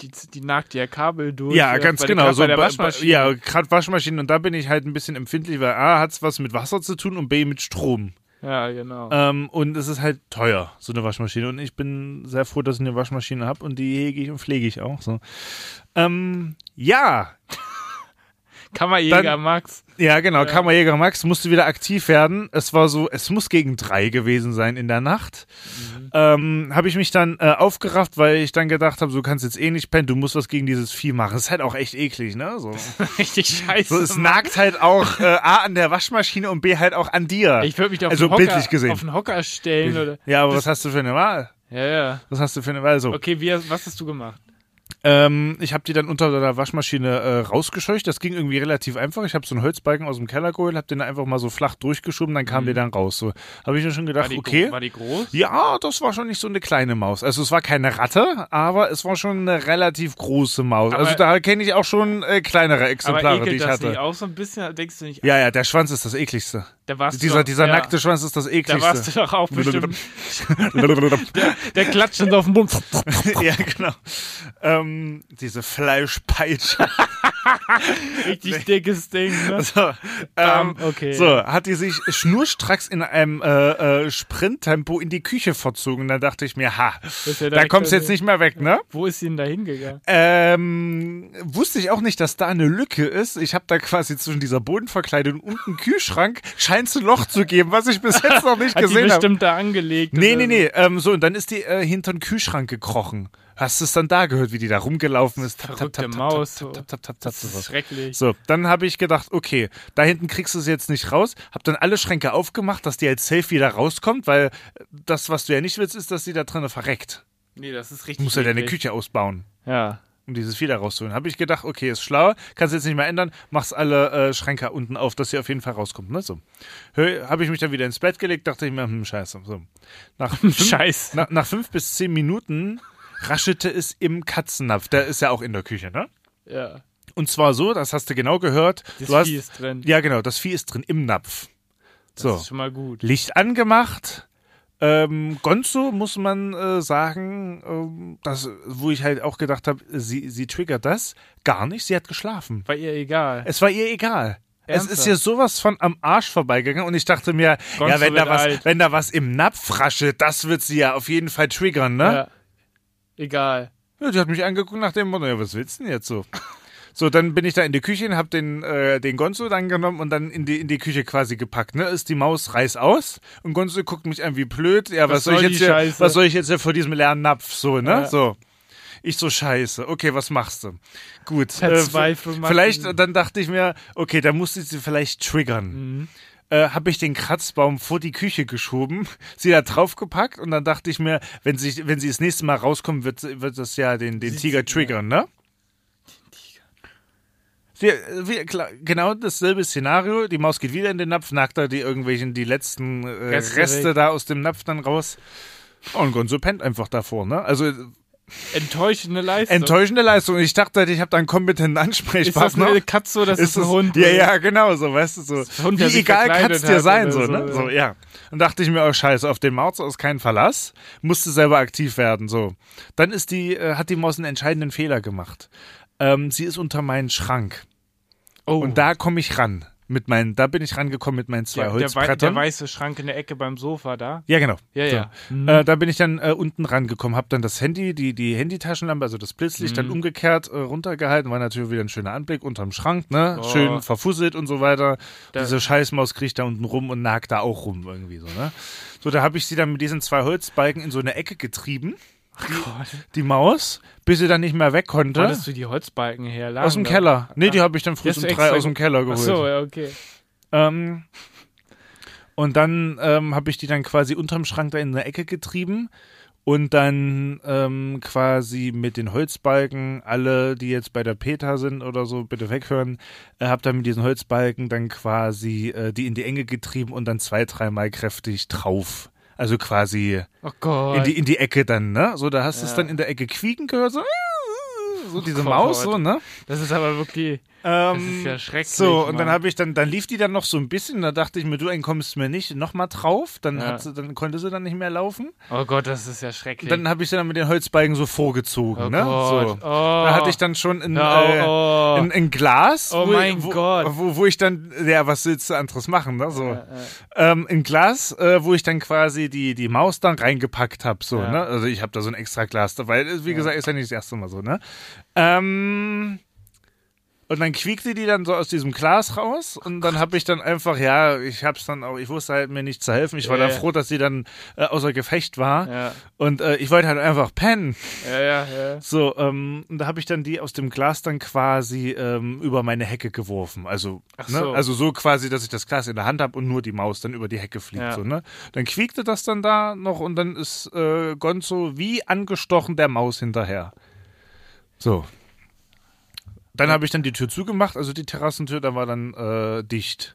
[SPEAKER 2] Die, die nagt ja Kabel durch.
[SPEAKER 1] ja,
[SPEAKER 2] äh,
[SPEAKER 1] ganz
[SPEAKER 2] bei-
[SPEAKER 1] genau.
[SPEAKER 2] gerade
[SPEAKER 1] So,
[SPEAKER 2] bei der
[SPEAKER 1] bei-
[SPEAKER 2] Waschmaschine.
[SPEAKER 1] bei- ja, gerade Waschmaschinen. Und da bin ich halt ein bisschen empfindlich, weil A, hat es was mit Wasser zu tun und B, mit Strom.
[SPEAKER 2] ja, genau.
[SPEAKER 1] Ähm, und es ist halt teuer, so eine Waschmaschine. Und ich bin sehr froh, dass ich eine Waschmaschine habe und die hege ich und pflege ich auch so. Ähm, ja,
[SPEAKER 2] Kammerjäger
[SPEAKER 1] dann-
[SPEAKER 2] Max. [LAUGHS]
[SPEAKER 1] Ja, genau. Kammerjäger Max musste wieder aktiv werden. Es war so, es muss gegen drei gewesen sein in der Nacht.
[SPEAKER 2] Mhm.
[SPEAKER 1] Ähm, habe ich mich dann äh, aufgerafft, weil ich dann gedacht habe, du kannst jetzt eh nicht pennen, du musst was gegen dieses Vieh machen. Ist halt auch echt eklig, ne? So,
[SPEAKER 2] Richtig scheiße.
[SPEAKER 1] so es nagt halt auch äh, A an der Waschmaschine und B halt auch an dir.
[SPEAKER 2] ich würde mich auf,
[SPEAKER 1] also
[SPEAKER 2] den Hocker,
[SPEAKER 1] bildlich gesehen.
[SPEAKER 2] auf den Hocker stellen. Oder,
[SPEAKER 1] ja, aber was hast du für eine Wahl?
[SPEAKER 2] ja, ja.
[SPEAKER 1] Was hast du für eine Wahl? So.
[SPEAKER 2] Okay, wie, hast- was hast du gemacht?
[SPEAKER 1] Ähm, ich habe die dann unter der Waschmaschine äh, rausgescheucht. Das ging irgendwie relativ einfach. Ich habe so einen Holzbalken aus dem Keller geholt, habe den einfach mal so flach durchgeschoben, dann kam der dann raus. So habe ich mir schon
[SPEAKER 2] Mhm. War
[SPEAKER 1] gedacht,
[SPEAKER 2] die,
[SPEAKER 1] okay.
[SPEAKER 2] gro- war die groß?
[SPEAKER 1] Ja, das war schon nicht so eine kleine Maus. Also es war keine Ratte, aber es war schon eine relativ große Maus.
[SPEAKER 2] Aber-
[SPEAKER 1] also da kenne ich auch schon äh, kleinere
[SPEAKER 2] Aber
[SPEAKER 1] Exemplare, die
[SPEAKER 2] ekelt
[SPEAKER 1] ich
[SPEAKER 2] das
[SPEAKER 1] hatte.
[SPEAKER 2] nicht auch so ein bisschen? Denkst du nicht,
[SPEAKER 1] ja, ja, der Schwanz ist das ekligste.
[SPEAKER 2] da warst du
[SPEAKER 1] dieser
[SPEAKER 2] doch,
[SPEAKER 1] dieser
[SPEAKER 2] ja,
[SPEAKER 1] nackte Schwanz ist das
[SPEAKER 2] Da
[SPEAKER 1] ekligste.
[SPEAKER 2] warst du doch auch bestimmt. Der klatscht uns auf den Mund.
[SPEAKER 1] [LAUGHS] ja, genau. Ähm, diese Fleischpeitsche. [LAUGHS]
[SPEAKER 2] Richtig dickes Ding. Ne?
[SPEAKER 1] So, ähm,
[SPEAKER 2] Bam, Ah, okay.
[SPEAKER 1] so, hat die sich schnurstracks in einem äh, äh, Sprinttempo in die Küche verzogen. Da dachte ich mir, ha,
[SPEAKER 2] ist ja
[SPEAKER 1] da
[SPEAKER 2] direkt
[SPEAKER 1] kommst du jetzt
[SPEAKER 2] irgendwie-
[SPEAKER 1] nicht mehr weg, ne?
[SPEAKER 2] Wo ist sie denn da hingegangen?
[SPEAKER 1] Ähm, wusste ich auch nicht, dass da eine Lücke ist. Ich habe da quasi zwischen dieser Bodenverkleidung und einem Kühlschrank scheint es ein Loch zu geben, was ich bis jetzt noch nicht
[SPEAKER 2] [LAUGHS] [LAUGHS] Hat die
[SPEAKER 1] gesehen habe.
[SPEAKER 2] bestimmt da angelegt.
[SPEAKER 1] Nee,
[SPEAKER 2] oder
[SPEAKER 1] nee,
[SPEAKER 2] so.
[SPEAKER 1] nee. Ähm, so, und dann ist die äh, hinter den Kühlschrank gekrochen. Hast du es dann da gehört, wie die da rumgelaufen ist? Tap, tap,
[SPEAKER 2] Verrückte
[SPEAKER 1] tap, tap,
[SPEAKER 2] Maus,
[SPEAKER 1] tap,
[SPEAKER 2] so.
[SPEAKER 1] tap, tap, tap, tap,
[SPEAKER 2] Das ist
[SPEAKER 1] sowas.
[SPEAKER 2] schrecklich.
[SPEAKER 1] So, dann habe ich gedacht, okay, da hinten kriegst du es jetzt nicht raus. Hab dann alle Schränke aufgemacht, dass die als safe wieder rauskommt, weil äh, das, was du ja nicht willst, ist, dass die da drinnen verreckt.
[SPEAKER 2] Nee, das ist
[SPEAKER 1] Du
[SPEAKER 2] richtig.
[SPEAKER 1] musst ja deine
[SPEAKER 2] eklig.
[SPEAKER 1] Küche ausbauen
[SPEAKER 2] Ja.
[SPEAKER 1] um dieses Feder rauszuholen. Habe ich gedacht, okay, ist schlau, kannst jetzt nicht mehr ändern, mach's alle äh, Schränke unten auf, dass sie auf jeden Fall rauskommt. Ne? So. Habe ich mich dann wieder ins Bett gelegt, dachte ich mir, hm, scheiße. So.
[SPEAKER 2] [LAUGHS]
[SPEAKER 1] Nach, fünf,
[SPEAKER 2] Scheiße.
[SPEAKER 1] Hm? na, nach fünf bis zehn Minuten raschelte es im Katzennapf. Der ist ja auch in der Küche, ne?
[SPEAKER 2] Ja.
[SPEAKER 1] Und zwar so, das hast du genau gehört.
[SPEAKER 2] Das
[SPEAKER 1] du hast,
[SPEAKER 2] Vieh ist drin.
[SPEAKER 1] Ja, genau, das Vieh ist drin im Napf. So.
[SPEAKER 2] Das ist schon mal gut.
[SPEAKER 1] Licht angemacht. Ähm, Gonzo muss man äh, sagen, ähm, das, wo ich halt auch gedacht habe, sie, sie triggert das gar nicht. Sie hat geschlafen.
[SPEAKER 2] War ihr egal.
[SPEAKER 1] Es war ihr egal. Es ist
[SPEAKER 2] Ernsthaft?
[SPEAKER 1] ihr sowas von am Arsch vorbeigegangen und ich dachte mir,
[SPEAKER 2] Gonzo
[SPEAKER 1] ja, wenn da,
[SPEAKER 2] wird
[SPEAKER 1] was,
[SPEAKER 2] alt.
[SPEAKER 1] wenn da was im Napf raschelt, das wird sie ja auf jeden Fall triggern, ne?
[SPEAKER 2] Ja. Egal.
[SPEAKER 1] Ja, die hat mich angeguckt nach dem Motto, ja, was willst du denn jetzt so? So, dann bin ich da in die Küche und hab den, äh, den Gonzo dann genommen und dann in die, in die Küche quasi gepackt. Ne? Ist die Maus reiß aus und Gonzo guckt mich an wie blöd. Ja, was,
[SPEAKER 2] Was
[SPEAKER 1] soll ich
[SPEAKER 2] soll
[SPEAKER 1] jetzt
[SPEAKER 2] die
[SPEAKER 1] hier,
[SPEAKER 2] Scheiße?
[SPEAKER 1] was soll ich jetzt hier vor diesem leeren Napf? So, ne?
[SPEAKER 2] Ja.
[SPEAKER 1] So. Ich so scheiße. Okay, was machst du? Gut. Äh,
[SPEAKER 2] Verzweiflung macht
[SPEAKER 1] vielleicht,
[SPEAKER 2] ihn-
[SPEAKER 1] und dann dachte ich mir, okay, da musste ich sie vielleicht
[SPEAKER 2] Mhm.
[SPEAKER 1] triggern. Äh, habe ich den Kratzbaum vor die Küche geschoben, [LAUGHS] sie da draufgepackt und dann dachte ich mir, wenn sie, wenn sie das nächste Mal rauskommen, wird, sie- wird das ja den, den
[SPEAKER 2] Sie-
[SPEAKER 1] Tiger
[SPEAKER 2] sie-
[SPEAKER 1] triggern, ne? Sie, äh, wir, klar, genau dasselbe Szenario. Die Maus geht wieder in den Napf, nagt da die irgendwelchen, die letzten äh,
[SPEAKER 2] Reste
[SPEAKER 1] Reste
[SPEAKER 2] weg.
[SPEAKER 1] da aus dem Napf dann raus. Und Gonzo pennt einfach davor, ne? Also
[SPEAKER 2] Enttäuschende Leistung.
[SPEAKER 1] enttäuschende Leistung. Ich dachte, ich habe da einen kompetenten
[SPEAKER 2] ist das
[SPEAKER 1] Ansprechpartner.
[SPEAKER 2] eine Katze oder ist, das ein
[SPEAKER 1] es-
[SPEAKER 2] Hund?
[SPEAKER 1] Ja, ja, genau, so, weißt du, so.
[SPEAKER 2] Hund, der
[SPEAKER 1] Wie
[SPEAKER 2] sich
[SPEAKER 1] egal kann
[SPEAKER 2] verkleidet
[SPEAKER 1] es dir
[SPEAKER 2] hat
[SPEAKER 1] sein, so,
[SPEAKER 2] oder
[SPEAKER 1] ne?
[SPEAKER 2] so,
[SPEAKER 1] So, ja. Und dachte ich mir, oh, scheiße, auf den Maus ist kein Verlass, musste selber aktiv werden, so. Dann ist die, äh, hat die Maus einen entscheidenden Fehler gemacht. Ähm, sie ist unter meinen Schrank.
[SPEAKER 2] Oh.
[SPEAKER 1] Und da komme ich ran. Mit meinen, da bin ich rangekommen mit meinen zwei
[SPEAKER 2] der, der, wei-
[SPEAKER 1] Holzbrettern.
[SPEAKER 2] der weiße Schrank in der Ecke beim Sofa da.
[SPEAKER 1] Ja, genau.
[SPEAKER 2] Ja,
[SPEAKER 1] so.
[SPEAKER 2] ja. Mhm.
[SPEAKER 1] Äh, da bin ich dann äh, unten rangekommen, habe dann das Handy, die, die Handytaschenlampe, also das Blitzlicht,
[SPEAKER 2] Mhm.
[SPEAKER 1] dann umgekehrt äh, runtergehalten. War natürlich wieder ein schöner Anblick unterm Schrank, ne?
[SPEAKER 2] Oh.
[SPEAKER 1] Schön verfusselt und so weiter.
[SPEAKER 2] Da-
[SPEAKER 1] Diese Scheißmaus kriecht da unten rum und nagt da auch rum irgendwie so, ne? So, da habe ich sie dann mit diesen zwei Holzbalken in so eine Ecke getrieben,
[SPEAKER 2] Gott.
[SPEAKER 1] die Maus, bis sie dann nicht mehr weg
[SPEAKER 2] Wo
[SPEAKER 1] konnte.
[SPEAKER 2] hattest du die Holzbalken her? Lagen
[SPEAKER 1] Aus dem
[SPEAKER 2] da?
[SPEAKER 1] Keller. Nee, die habe ich dann früh
[SPEAKER 2] Die hast
[SPEAKER 1] um
[SPEAKER 2] du
[SPEAKER 1] drei
[SPEAKER 2] extra
[SPEAKER 1] aus dem Keller
[SPEAKER 2] Ach
[SPEAKER 1] geholt.
[SPEAKER 2] so, ja, okay.
[SPEAKER 1] Ähm, und dann ähm, habe ich die dann quasi unterm Schrank da in eine Ecke getrieben und dann ähm, quasi mit den Holzbalken, alle, die jetzt bei der PETA sind oder so, bitte weghören, äh, habe dann mit diesen Holzbalken dann quasi äh, die in die Enge getrieben und dann zwei, dreimal kräftig drauf. Also quasi
[SPEAKER 2] Oh Gott.
[SPEAKER 1] in die, in die Ecke dann, ne? So, da hast du es
[SPEAKER 2] Ja.
[SPEAKER 1] dann in der Ecke quieken gehört, so, äh, so diese
[SPEAKER 2] Gott.
[SPEAKER 1] Maus, so, ne?
[SPEAKER 2] das ist aber wirklich.
[SPEAKER 1] Ähm,
[SPEAKER 2] ist ja schrecklich,
[SPEAKER 1] So, und dann
[SPEAKER 2] Mann.
[SPEAKER 1] habe ich dann, dann lief die dann noch so ein bisschen, da dachte ich mir, du entkommst mir nicht, nochmal drauf, dann
[SPEAKER 2] Ja.
[SPEAKER 1] hat sie, dann konnte sie dann nicht mehr laufen.
[SPEAKER 2] Oh Gott, das ist ja schrecklich.
[SPEAKER 1] Und dann habe ich sie dann mit den Holzbalgen so vorgezogen,
[SPEAKER 2] Oh
[SPEAKER 1] ne?
[SPEAKER 2] Gott.
[SPEAKER 1] So.
[SPEAKER 2] Oh.
[SPEAKER 1] Da hatte ich dann schon ein,
[SPEAKER 2] Ja,
[SPEAKER 1] äh,
[SPEAKER 2] oh.
[SPEAKER 1] ein, ein Glas.
[SPEAKER 2] Oh
[SPEAKER 1] wo,
[SPEAKER 2] mein
[SPEAKER 1] wo,
[SPEAKER 2] Gott.
[SPEAKER 1] Wo, wo ich dann, ja, was willst du anderes machen, ne? So.
[SPEAKER 2] Äh, äh.
[SPEAKER 1] Ähm, ein Glas, äh, wo ich dann quasi die, die Maus dann reingepackt habe, so,
[SPEAKER 2] Ja.
[SPEAKER 1] ne? Also ich habe da so ein extra Glas, weil, äh, wie gesagt, ist ja nicht das erste Mal so, ne? Ähm, und dann quiekte die dann so aus diesem Glas raus
[SPEAKER 2] Oh
[SPEAKER 1] und dann habe ich dann einfach, ja, ich hab's dann auch, ich wusste halt mir nicht zu helfen. Ich war
[SPEAKER 2] Ja,
[SPEAKER 1] dann
[SPEAKER 2] ja.
[SPEAKER 1] froh, dass sie dann äh, außer Gefecht war
[SPEAKER 2] Ja.
[SPEAKER 1] und äh, ich wollte halt einfach pennen.
[SPEAKER 2] Ja, ja, ja.
[SPEAKER 1] So, ähm, und da habe ich dann die aus dem Glas dann quasi ähm, über meine Hecke geworfen. Also,
[SPEAKER 2] Ach
[SPEAKER 1] ne?
[SPEAKER 2] so.
[SPEAKER 1] also so quasi, dass ich das Glas in der Hand habe und nur die Maus dann über die Hecke fliegt.
[SPEAKER 2] Ja.
[SPEAKER 1] So, ne? Dann quiekte das dann da noch und dann ist äh, Gonzo wie angestochen der Maus hinterher. So. Dann habe ich dann die Tür zugemacht, also die Terrassentür, da war dann äh, dicht.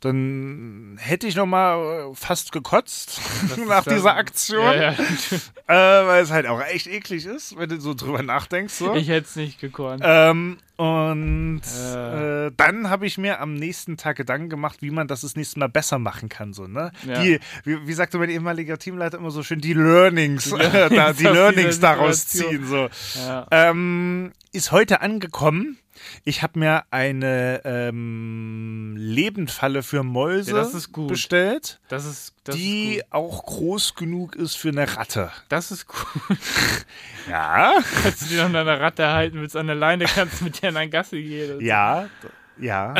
[SPEAKER 1] Dann hätte ich noch mal äh, fast gekotzt [LAUGHS] nach
[SPEAKER 2] dann-
[SPEAKER 1] dieser Aktion,
[SPEAKER 2] Ja, ja.
[SPEAKER 1] Äh, weil es halt auch echt eklig ist, wenn du so drüber nachdenkst. So.
[SPEAKER 2] [LAUGHS] Ich hätte es nicht gekonnt.
[SPEAKER 1] Ähm, und
[SPEAKER 2] Äh.
[SPEAKER 1] äh, dann habe ich mir am nächsten Tag Gedanken gemacht, wie man das das nächste Mal besser machen kann. So, ne?
[SPEAKER 2] Ja.
[SPEAKER 1] die, wie, wie sagte mein ehemaliger Teamleiter immer so schön, die Learnings, äh, [LAUGHS] da, die
[SPEAKER 2] aus dieser
[SPEAKER 1] Learnings daraus ziehen.
[SPEAKER 2] Situation.
[SPEAKER 1] So.
[SPEAKER 2] Ja.
[SPEAKER 1] Ähm, ist heute angekommen. Ich habe mir eine ähm, Lebendfalle für Mäuse
[SPEAKER 2] Ja, das ist gut.
[SPEAKER 1] bestellt,
[SPEAKER 2] Das ist, das
[SPEAKER 1] die
[SPEAKER 2] ist gut.
[SPEAKER 1] auch groß genug ist für eine Ratte.
[SPEAKER 2] Das ist cool.
[SPEAKER 1] Ja,
[SPEAKER 2] [LAUGHS] Kannst du die an deiner Ratte halten, willst an der Leine, kannst mit der in ein Gassi gehen.
[SPEAKER 1] ja,
[SPEAKER 2] [LAUGHS]
[SPEAKER 1] ja.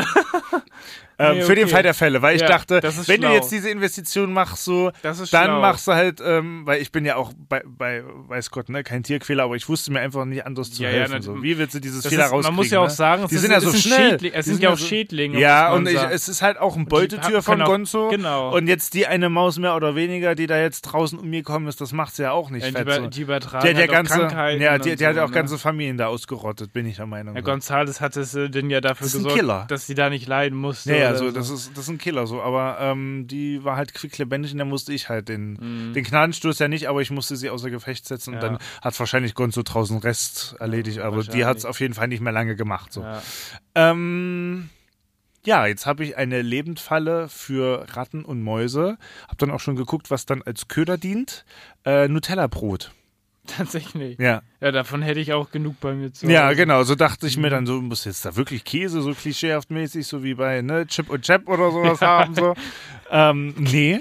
[SPEAKER 1] ähm,
[SPEAKER 2] Nee,
[SPEAKER 1] Für den
[SPEAKER 2] okay.
[SPEAKER 1] Fall der Fälle, weil
[SPEAKER 2] Ja,
[SPEAKER 1] ich dachte,
[SPEAKER 2] das ist
[SPEAKER 1] wenn
[SPEAKER 2] schlau.
[SPEAKER 1] du jetzt diese Investition machst, so,
[SPEAKER 2] Das ist
[SPEAKER 1] dann
[SPEAKER 2] schlau.
[SPEAKER 1] machst du halt, ähm, weil ich bin ja auch bei, bei weiß Gott, ne, kein Tierquäler, aber ich wusste mir einfach nicht anders zu
[SPEAKER 2] Ja, ja,
[SPEAKER 1] helfen.
[SPEAKER 2] na,
[SPEAKER 1] so. Wie willst du dieses
[SPEAKER 2] Das
[SPEAKER 1] Fehler
[SPEAKER 2] ist,
[SPEAKER 1] rauskriegen?
[SPEAKER 2] man muss ja auch
[SPEAKER 1] ne?
[SPEAKER 2] sagen, es
[SPEAKER 1] die
[SPEAKER 2] ist-
[SPEAKER 1] sind ja
[SPEAKER 2] es
[SPEAKER 1] so
[SPEAKER 2] ist ein
[SPEAKER 1] schnell.
[SPEAKER 2] Schädling- es
[SPEAKER 1] Die
[SPEAKER 2] sind ja auch
[SPEAKER 1] so-
[SPEAKER 2] Schädlinge,
[SPEAKER 1] Ja,
[SPEAKER 2] muss man
[SPEAKER 1] und ich,
[SPEAKER 2] sagen.
[SPEAKER 1] es ist halt auch ein
[SPEAKER 2] können
[SPEAKER 1] Beutetür von
[SPEAKER 2] auch-
[SPEAKER 1] Gonzo.
[SPEAKER 2] genau.
[SPEAKER 1] Und jetzt die eine Maus mehr oder weniger, die da jetzt draußen umgekommen ist, das macht's ja auch nicht
[SPEAKER 2] Ja, die,
[SPEAKER 1] fett.
[SPEAKER 2] über-
[SPEAKER 1] so.
[SPEAKER 2] die übertragen
[SPEAKER 1] Die hat ja
[SPEAKER 2] halt auch
[SPEAKER 1] ganze,
[SPEAKER 2] Krankheiten.
[SPEAKER 1] ja,
[SPEAKER 2] und
[SPEAKER 1] die, die
[SPEAKER 2] so,
[SPEAKER 1] hat ja auch
[SPEAKER 2] ne?
[SPEAKER 1] ganze Familien da ausgerottet, bin ich der Meinung.
[SPEAKER 2] Ja, Gonzales hat es äh, denn ja dafür
[SPEAKER 1] Das ist ein
[SPEAKER 2] gesorgt,
[SPEAKER 1] Killer.
[SPEAKER 2] dass sie da nicht leiden musste.
[SPEAKER 1] Ja, ja,
[SPEAKER 2] oder
[SPEAKER 1] so, das ist, das ist ein Killer so, aber ähm, die war halt quicklebendig und dann musste ich halt den, den Gnadenstoß ja nicht, aber ich musste sie außer Gefecht setzen und
[SPEAKER 2] Mhm. Ja.
[SPEAKER 1] dann hat wahrscheinlich Gonzo draußen Rest erledigt, aber die
[SPEAKER 2] wahrscheinlich.
[SPEAKER 1] hat es auf jeden Fall nicht mehr lange gemacht. So.
[SPEAKER 2] Ja. [LAUGHS]
[SPEAKER 1] Ähm, ja, jetzt habe ich eine Lebendfalle für Ratten und Mäuse. Hab dann auch schon geguckt, was dann als Köder dient. Äh, Nutella-Brot.
[SPEAKER 2] Tatsächlich.
[SPEAKER 1] Ja.
[SPEAKER 2] Ja, davon hätte ich auch genug bei mir zu.
[SPEAKER 1] ja,
[SPEAKER 2] Hause.
[SPEAKER 1] genau. So dachte ich mir
[SPEAKER 2] Mhm.
[SPEAKER 1] dann so, muss jetzt da wirklich Käse so klischeehaft mäßig, so wie bei ne, Chip und Chap oder sowas haben. So.
[SPEAKER 2] [LAUGHS]
[SPEAKER 1] Ähm, nee.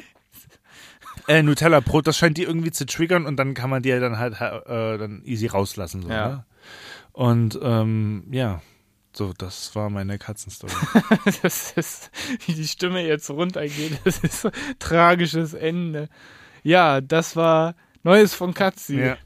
[SPEAKER 1] Äh, Nutella-Brot, das scheint die irgendwie zu triggern und dann kann man die ja dann halt äh, dann easy rauslassen. So,
[SPEAKER 2] Ja.
[SPEAKER 1] ne? Und ähm, ja, so, das war meine
[SPEAKER 2] [LAUGHS]
[SPEAKER 1] Katzenstory.
[SPEAKER 2] Das ist, wie die Stimme jetzt runtergeht, [LAUGHS] das ist so ein tragisches Ende. Ja, das war Neues von Katzi.
[SPEAKER 1] ja.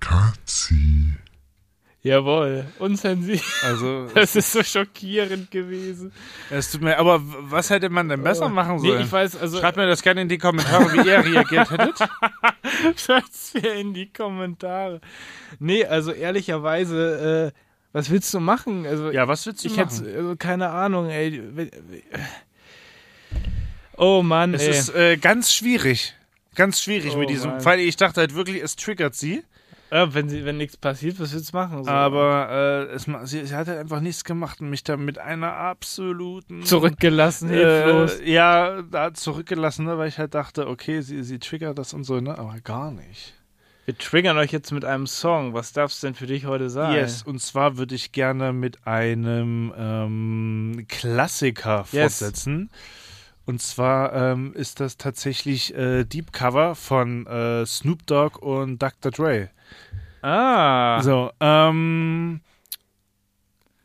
[SPEAKER 3] Katzi.
[SPEAKER 2] Jawohl, unzensiert. [LAUGHS]
[SPEAKER 1] Also,
[SPEAKER 2] Das ist so schockierend gewesen.
[SPEAKER 1] es tut mir, aber w- was hätte man denn besser machen
[SPEAKER 2] Äh, Nee,
[SPEAKER 1] sollen?
[SPEAKER 2] ich weiß, also
[SPEAKER 1] Schreibt mir das gerne in die Kommentare, wie ihr reagiert hättet.
[SPEAKER 2] [LAUGHS] schreibt's mir in die Kommentare. Nee, also ehrlicherweise, äh, was willst du machen? Also
[SPEAKER 1] Ja, was willst du
[SPEAKER 2] ich hätte
[SPEAKER 1] machen?
[SPEAKER 2] also, keine Ahnung, ey. Wenn- Oh Mann,
[SPEAKER 1] Es
[SPEAKER 2] ey.
[SPEAKER 1] ist äh, ganz schwierig. Ganz schwierig
[SPEAKER 2] Oh,
[SPEAKER 1] mit diesem
[SPEAKER 2] Mann.
[SPEAKER 1] Fall. Ich dachte halt wirklich, es triggert sie.
[SPEAKER 2] ja, wenn sie, wenn nichts passiert, was willst du machen? So.
[SPEAKER 1] Aber äh, es, ma- sie, sie hat halt einfach nichts gemacht und mich da mit einer absoluten...
[SPEAKER 2] zurückgelassen, hilflos.
[SPEAKER 1] Äh, ja, da zurückgelassen, ne, weil ich halt dachte, okay, sie, sie triggert das und so, ne? Aber gar nicht.
[SPEAKER 2] Wir triggern euch jetzt mit einem Song. Was darf's denn für dich heute sein?
[SPEAKER 1] Yes, und zwar würde ich gerne mit einem ähm, Klassiker
[SPEAKER 2] Yes.
[SPEAKER 1] fortsetzen. Und zwar ähm, ist das tatsächlich äh, Deep Cover von äh, Snoop Dogg und Dr. Dre.
[SPEAKER 2] Ah.
[SPEAKER 1] So, ähm,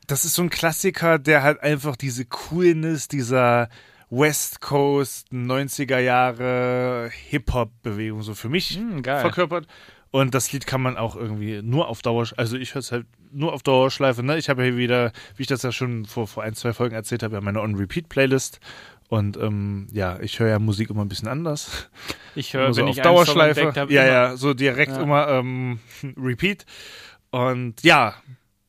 [SPEAKER 1] das ist so ein Klassiker, der halt einfach diese Coolness dieser West Coast 90er Jahre Hip-Hop-Bewegung so für mich
[SPEAKER 2] Hm, geil.
[SPEAKER 1] verkörpert. Und das Lied kann man auch irgendwie nur auf Dauer, also ich höre es halt nur auf Dauerschleife. Ne? Ich habe ja hier wieder, wie ich das ja schon vor, vor ein, zwei Folgen erzählt habe, ja meine On-Repeat-Playlist. Und ähm, ja, ich höre ja Musik immer ein bisschen anders.
[SPEAKER 2] Ich
[SPEAKER 1] Immer
[SPEAKER 2] höre,
[SPEAKER 1] so
[SPEAKER 2] wenn
[SPEAKER 1] auf
[SPEAKER 2] ich einen Song
[SPEAKER 1] Dauerschleife.
[SPEAKER 2] entdeckt hab,
[SPEAKER 1] ja,
[SPEAKER 2] immer-
[SPEAKER 1] ja, so direkt
[SPEAKER 2] Ja.
[SPEAKER 1] immer ähm, [LAUGHS] Repeat. Und ja,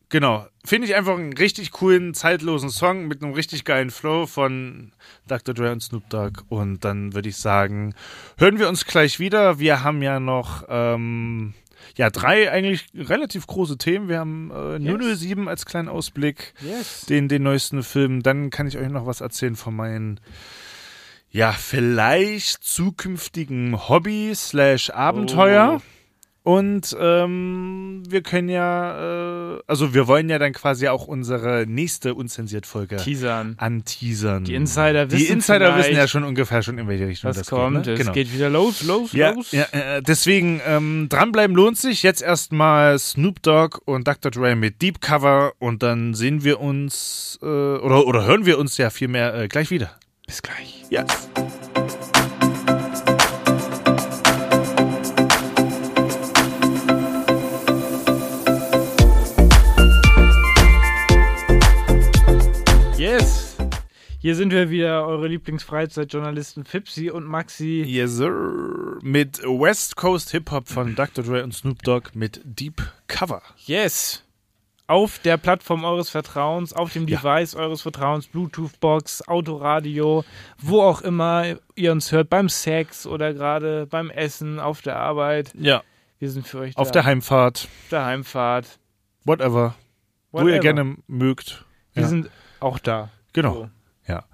[SPEAKER 1] genau. Finde ich einfach einen richtig coolen, zeitlosen Song mit einem richtig geilen Flow von Dr. Dre und Snoop Dogg. Und dann würde ich sagen, hören wir uns gleich wieder. Wir haben ja noch. Ähm, ja, drei eigentlich relativ große Themen. Wir haben äh,
[SPEAKER 2] Yes.
[SPEAKER 1] 007 als kleinen Ausblick
[SPEAKER 2] Yes.
[SPEAKER 1] den, den neuesten Film. Dann kann ich euch noch was erzählen von meinen, ja, vielleicht zukünftigen Hobby slash Abenteuer.
[SPEAKER 2] Oh.
[SPEAKER 1] Und ähm, wir können ja, äh, also wir wollen ja dann quasi auch unsere nächste Unzensiert-Folge
[SPEAKER 2] Teasern.
[SPEAKER 1] anteasern.
[SPEAKER 2] Die Insider
[SPEAKER 1] Die
[SPEAKER 2] wissen
[SPEAKER 1] Insider wissen ja
[SPEAKER 2] vielleicht,
[SPEAKER 1] schon ungefähr schon, in welche Richtung
[SPEAKER 2] was
[SPEAKER 1] das
[SPEAKER 2] kommt.
[SPEAKER 1] geht. Ne?
[SPEAKER 2] Es geht wieder los, los,
[SPEAKER 1] Ja,
[SPEAKER 2] los.
[SPEAKER 1] ja äh, deswegen ähm, dranbleiben lohnt sich. Jetzt erstmal Snoop Dogg und Dr. Dre mit Deep Cover und dann sehen wir uns äh, oder, oder hören wir uns ja vielmehr äh, gleich wieder.
[SPEAKER 2] Bis gleich.
[SPEAKER 1] Ja.
[SPEAKER 2] Yes. Hier sind wir wieder, eure Lieblingsfreizeitjournalisten Fipsi und Maxi.
[SPEAKER 1] Yes, sir. Mit West Coast Hip Hop von Dr. Dre und Snoop Dogg mit Deep Cover.
[SPEAKER 2] Yes! Auf der Plattform eures Vertrauens, auf dem
[SPEAKER 1] Ja.
[SPEAKER 2] Device eures Vertrauens, Bluetooth-Box, Autoradio, wo auch immer ihr uns hört, beim Sex oder gerade beim Essen, auf der Arbeit.
[SPEAKER 1] Ja.
[SPEAKER 2] Wir sind für euch da.
[SPEAKER 1] Auf der Heimfahrt,
[SPEAKER 2] Auf der Heimfahrt.
[SPEAKER 1] whatever, wo ihr
[SPEAKER 2] Whatever.
[SPEAKER 1] gerne mögt.
[SPEAKER 2] Wir
[SPEAKER 1] ja.
[SPEAKER 2] sind auch da.
[SPEAKER 1] Genau. Ja.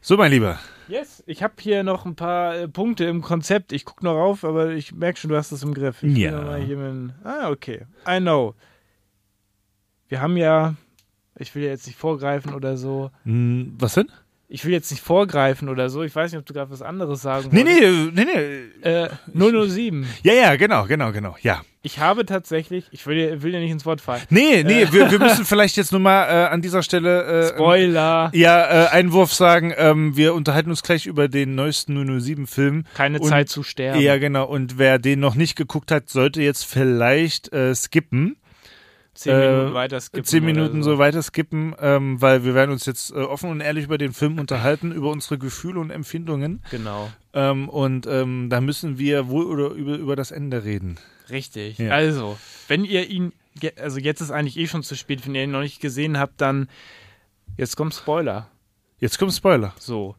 [SPEAKER 1] So, mein Lieber.
[SPEAKER 2] Yes, ich habe hier noch ein paar äh, Punkte im Konzept. Ich gucke noch auf, aber ich merke schon, du hast das im Griff. Ich will
[SPEAKER 1] Ja.
[SPEAKER 2] noch mal hier mit, ah, okay. I know. Wir haben ja, ich will ja jetzt nicht vorgreifen oder so.
[SPEAKER 1] Hm, was denn?
[SPEAKER 2] Ich will jetzt nicht vorgreifen oder so. Ich weiß nicht, ob du gerade was anderes sagen
[SPEAKER 1] Nee,
[SPEAKER 2] wolltest.
[SPEAKER 1] nee, nee, nee.
[SPEAKER 2] Äh, 007.
[SPEAKER 1] Ja, ja, genau, genau, genau. Ja.
[SPEAKER 2] Ich habe tatsächlich, ich will dir, will dir nicht ins Wort fallen.
[SPEAKER 1] Nee, nee,
[SPEAKER 2] Äh.
[SPEAKER 1] wir, wir müssen vielleicht jetzt nur mal äh, an dieser
[SPEAKER 2] [LAUGHS]
[SPEAKER 1] Stelle. Äh,
[SPEAKER 2] Spoiler.
[SPEAKER 1] Ja, äh, Einwurf sagen, ähm, wir unterhalten uns gleich über den neuesten 007-Film.
[SPEAKER 2] Keine Zeit zu sterben.
[SPEAKER 1] Ja, genau. Und wer den noch nicht geguckt hat, sollte jetzt vielleicht äh, skippen.
[SPEAKER 2] Zehn
[SPEAKER 1] äh,
[SPEAKER 2] Minuten weiter skippen.
[SPEAKER 1] zehn
[SPEAKER 2] oder
[SPEAKER 1] Minuten so.
[SPEAKER 2] so.
[SPEAKER 1] weiter skippen, ähm, weil wir werden uns jetzt äh, offen und ehrlich über den Film unterhalten, über unsere Gefühle und Empfindungen.
[SPEAKER 2] Genau.
[SPEAKER 1] Ähm, und ähm, da müssen wir wohl oder über, über das Ende reden.
[SPEAKER 2] Richtig.
[SPEAKER 1] Ja.
[SPEAKER 2] Also, wenn ihr ihn, je- also jetzt ist eigentlich eh schon zu spät, wenn ihr ihn noch nicht gesehen habt, dann jetzt kommt Spoiler.
[SPEAKER 1] Jetzt kommt Spoiler.
[SPEAKER 2] So.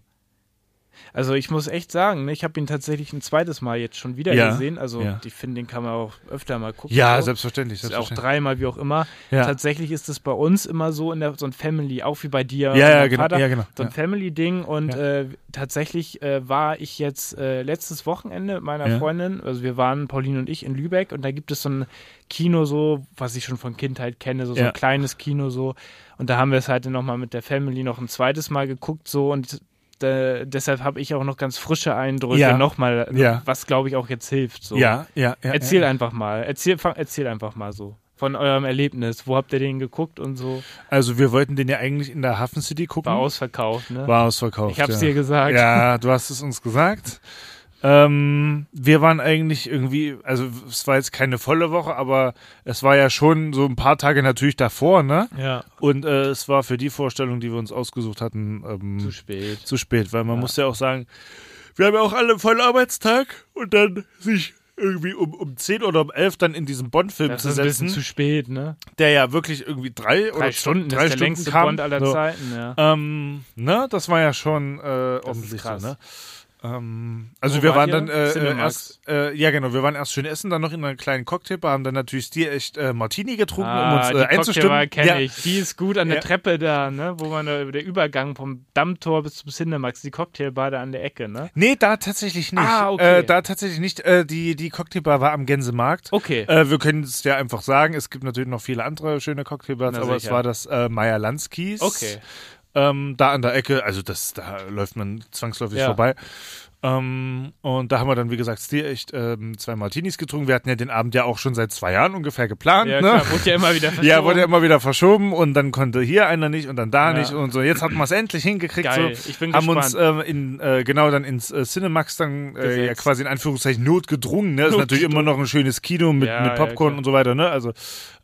[SPEAKER 2] Also ich muss echt sagen, ne, ich habe ihn tatsächlich ein zweites Mal jetzt schon wieder
[SPEAKER 1] Ja,
[SPEAKER 2] gesehen. Also
[SPEAKER 1] ja.
[SPEAKER 2] ich finde, den kann man auch öfter mal gucken.
[SPEAKER 1] Ja,
[SPEAKER 2] so.
[SPEAKER 1] selbstverständlich.
[SPEAKER 2] Ist Auch
[SPEAKER 1] selbstverständlich.
[SPEAKER 2] dreimal, wie auch immer.
[SPEAKER 1] Ja.
[SPEAKER 2] Tatsächlich ist es bei uns immer so in der so ein Family, auch wie bei dir.
[SPEAKER 1] Ja,
[SPEAKER 2] und
[SPEAKER 1] ja,
[SPEAKER 2] deinem
[SPEAKER 1] genau,
[SPEAKER 2] Vater,
[SPEAKER 1] ja, genau,
[SPEAKER 2] So ein
[SPEAKER 1] ja.
[SPEAKER 2] Family-Ding. Und
[SPEAKER 1] Ja.
[SPEAKER 2] äh, tatsächlich äh, war ich jetzt äh, letztes Wochenende mit meiner
[SPEAKER 1] Ja.
[SPEAKER 2] Freundin, also wir waren, Pauline und ich, in Lübeck und da gibt es so ein Kino, so, was ich schon von Kindheit kenne, so, so
[SPEAKER 1] Ja.
[SPEAKER 2] ein kleines Kino so. Und da haben wir es halt nochmal mit der Family noch ein zweites Mal geguckt, so und äh, deshalb habe ich auch noch ganz frische Eindrücke
[SPEAKER 1] Ja.
[SPEAKER 2] nochmal,
[SPEAKER 1] Ja.
[SPEAKER 2] was glaube ich auch jetzt hilft. So.
[SPEAKER 1] Ja, ja, ja.
[SPEAKER 2] Erzähl
[SPEAKER 1] ja.
[SPEAKER 2] einfach mal. Erzähl, fang, erzähl einfach mal so von eurem Erlebnis. Wo habt ihr den geguckt und so?
[SPEAKER 1] Also wir wollten den ja eigentlich in der Hafen City gucken.
[SPEAKER 2] War ausverkauft, ne?
[SPEAKER 1] Hm. War ausverkauft.
[SPEAKER 2] ich hab's
[SPEAKER 1] ja.
[SPEAKER 2] dir gesagt.
[SPEAKER 1] Ja, du hast es uns gesagt. Ähm, wir waren eigentlich irgendwie, also es war jetzt keine volle Woche, aber es war ja schon so ein paar Tage natürlich davor, ne?
[SPEAKER 2] Ja,
[SPEAKER 1] Und äh, es war für die Vorstellung, die wir uns ausgesucht hatten, ähm,
[SPEAKER 2] zu
[SPEAKER 1] zu,
[SPEAKER 2] spät.
[SPEAKER 1] spät, weil man muss ja auch sagen, wir haben ja auch alle einen vollen Arbeitstag und dann sich irgendwie um, um 10 oder um 11 dann in diesen Bond-Film
[SPEAKER 2] Das
[SPEAKER 1] zu
[SPEAKER 2] ist ein bisschen
[SPEAKER 1] setzen,
[SPEAKER 2] zu spät, ne?
[SPEAKER 1] der ja wirklich irgendwie drei,
[SPEAKER 2] Drei
[SPEAKER 1] oder
[SPEAKER 2] Stunden
[SPEAKER 1] drei
[SPEAKER 2] ist der
[SPEAKER 1] Stunden
[SPEAKER 2] längste
[SPEAKER 1] kam.
[SPEAKER 2] Bond aller
[SPEAKER 1] so.
[SPEAKER 2] Zeiten, ja.
[SPEAKER 1] Ähm, ne, das war ja schon äh, offensichtlich
[SPEAKER 2] krass.
[SPEAKER 1] so, ne? Ähm, also
[SPEAKER 2] Wo
[SPEAKER 1] wir
[SPEAKER 2] wart
[SPEAKER 1] waren
[SPEAKER 2] ihr?
[SPEAKER 1] dann äh, äh,
[SPEAKER 2] Cinemax.
[SPEAKER 1] erst, äh, ja genau, wir waren erst schön essen, dann noch in einer kleinen Cocktailbar, haben dann natürlich die echt äh, Martini getrunken, um uns äh,
[SPEAKER 2] Ah, die Cocktailbar
[SPEAKER 1] einzustimmen.
[SPEAKER 2] kenne
[SPEAKER 1] Ja,
[SPEAKER 2] ich. Die ist gut an der
[SPEAKER 1] Ja.
[SPEAKER 2] Treppe da, ne? Wo man da über der Übergang vom Dammtor bis zum Cinemax, die Cocktailbar da an der Ecke, ne?
[SPEAKER 1] Nee, da tatsächlich nicht.
[SPEAKER 2] Ah, okay.
[SPEAKER 1] äh, da tatsächlich nicht. Äh, die, die Cocktailbar war am Gänsemarkt.
[SPEAKER 2] Okay.
[SPEAKER 1] Äh, wir können es ja einfach sagen, es gibt natürlich noch viele andere schöne Cocktailbars,
[SPEAKER 2] Na,
[SPEAKER 1] aber es
[SPEAKER 2] sicher.
[SPEAKER 1] war das äh, Meyer Landskis.
[SPEAKER 2] Okay.
[SPEAKER 1] Ähm, da an der Ecke, also das, da läuft man zwangsläufig
[SPEAKER 2] Ja.
[SPEAKER 1] vorbei. Ähm, und da haben wir dann, wie gesagt, Stier echt ähm, zwei Martinis getrunken. Wir hatten ja den Abend ja auch schon seit zwei Jahren ungefähr geplant.
[SPEAKER 2] Ja,
[SPEAKER 1] ne?
[SPEAKER 2] klar, wurde ja immer wieder
[SPEAKER 1] Ja, wurde ja
[SPEAKER 2] verschoben.
[SPEAKER 1] immer wieder verschoben und dann konnte hier einer nicht und dann da
[SPEAKER 2] Ja.
[SPEAKER 1] nicht und so. Jetzt hat man es endlich hingekriegt.
[SPEAKER 2] Geil,
[SPEAKER 1] so.
[SPEAKER 2] ich bin
[SPEAKER 1] haben
[SPEAKER 2] gespannt.
[SPEAKER 1] uns ähm, in, äh, genau dann ins äh, Cinemax dann äh,
[SPEAKER 2] Gesetzt.
[SPEAKER 1] ja, quasi in Anführungszeichen notgedrungen. Ne? Ist natürlich immer noch ein schönes Kino mit,
[SPEAKER 2] Ja,
[SPEAKER 1] mit Popcorn
[SPEAKER 2] ja, klar.
[SPEAKER 1] und so weiter. Ne? Also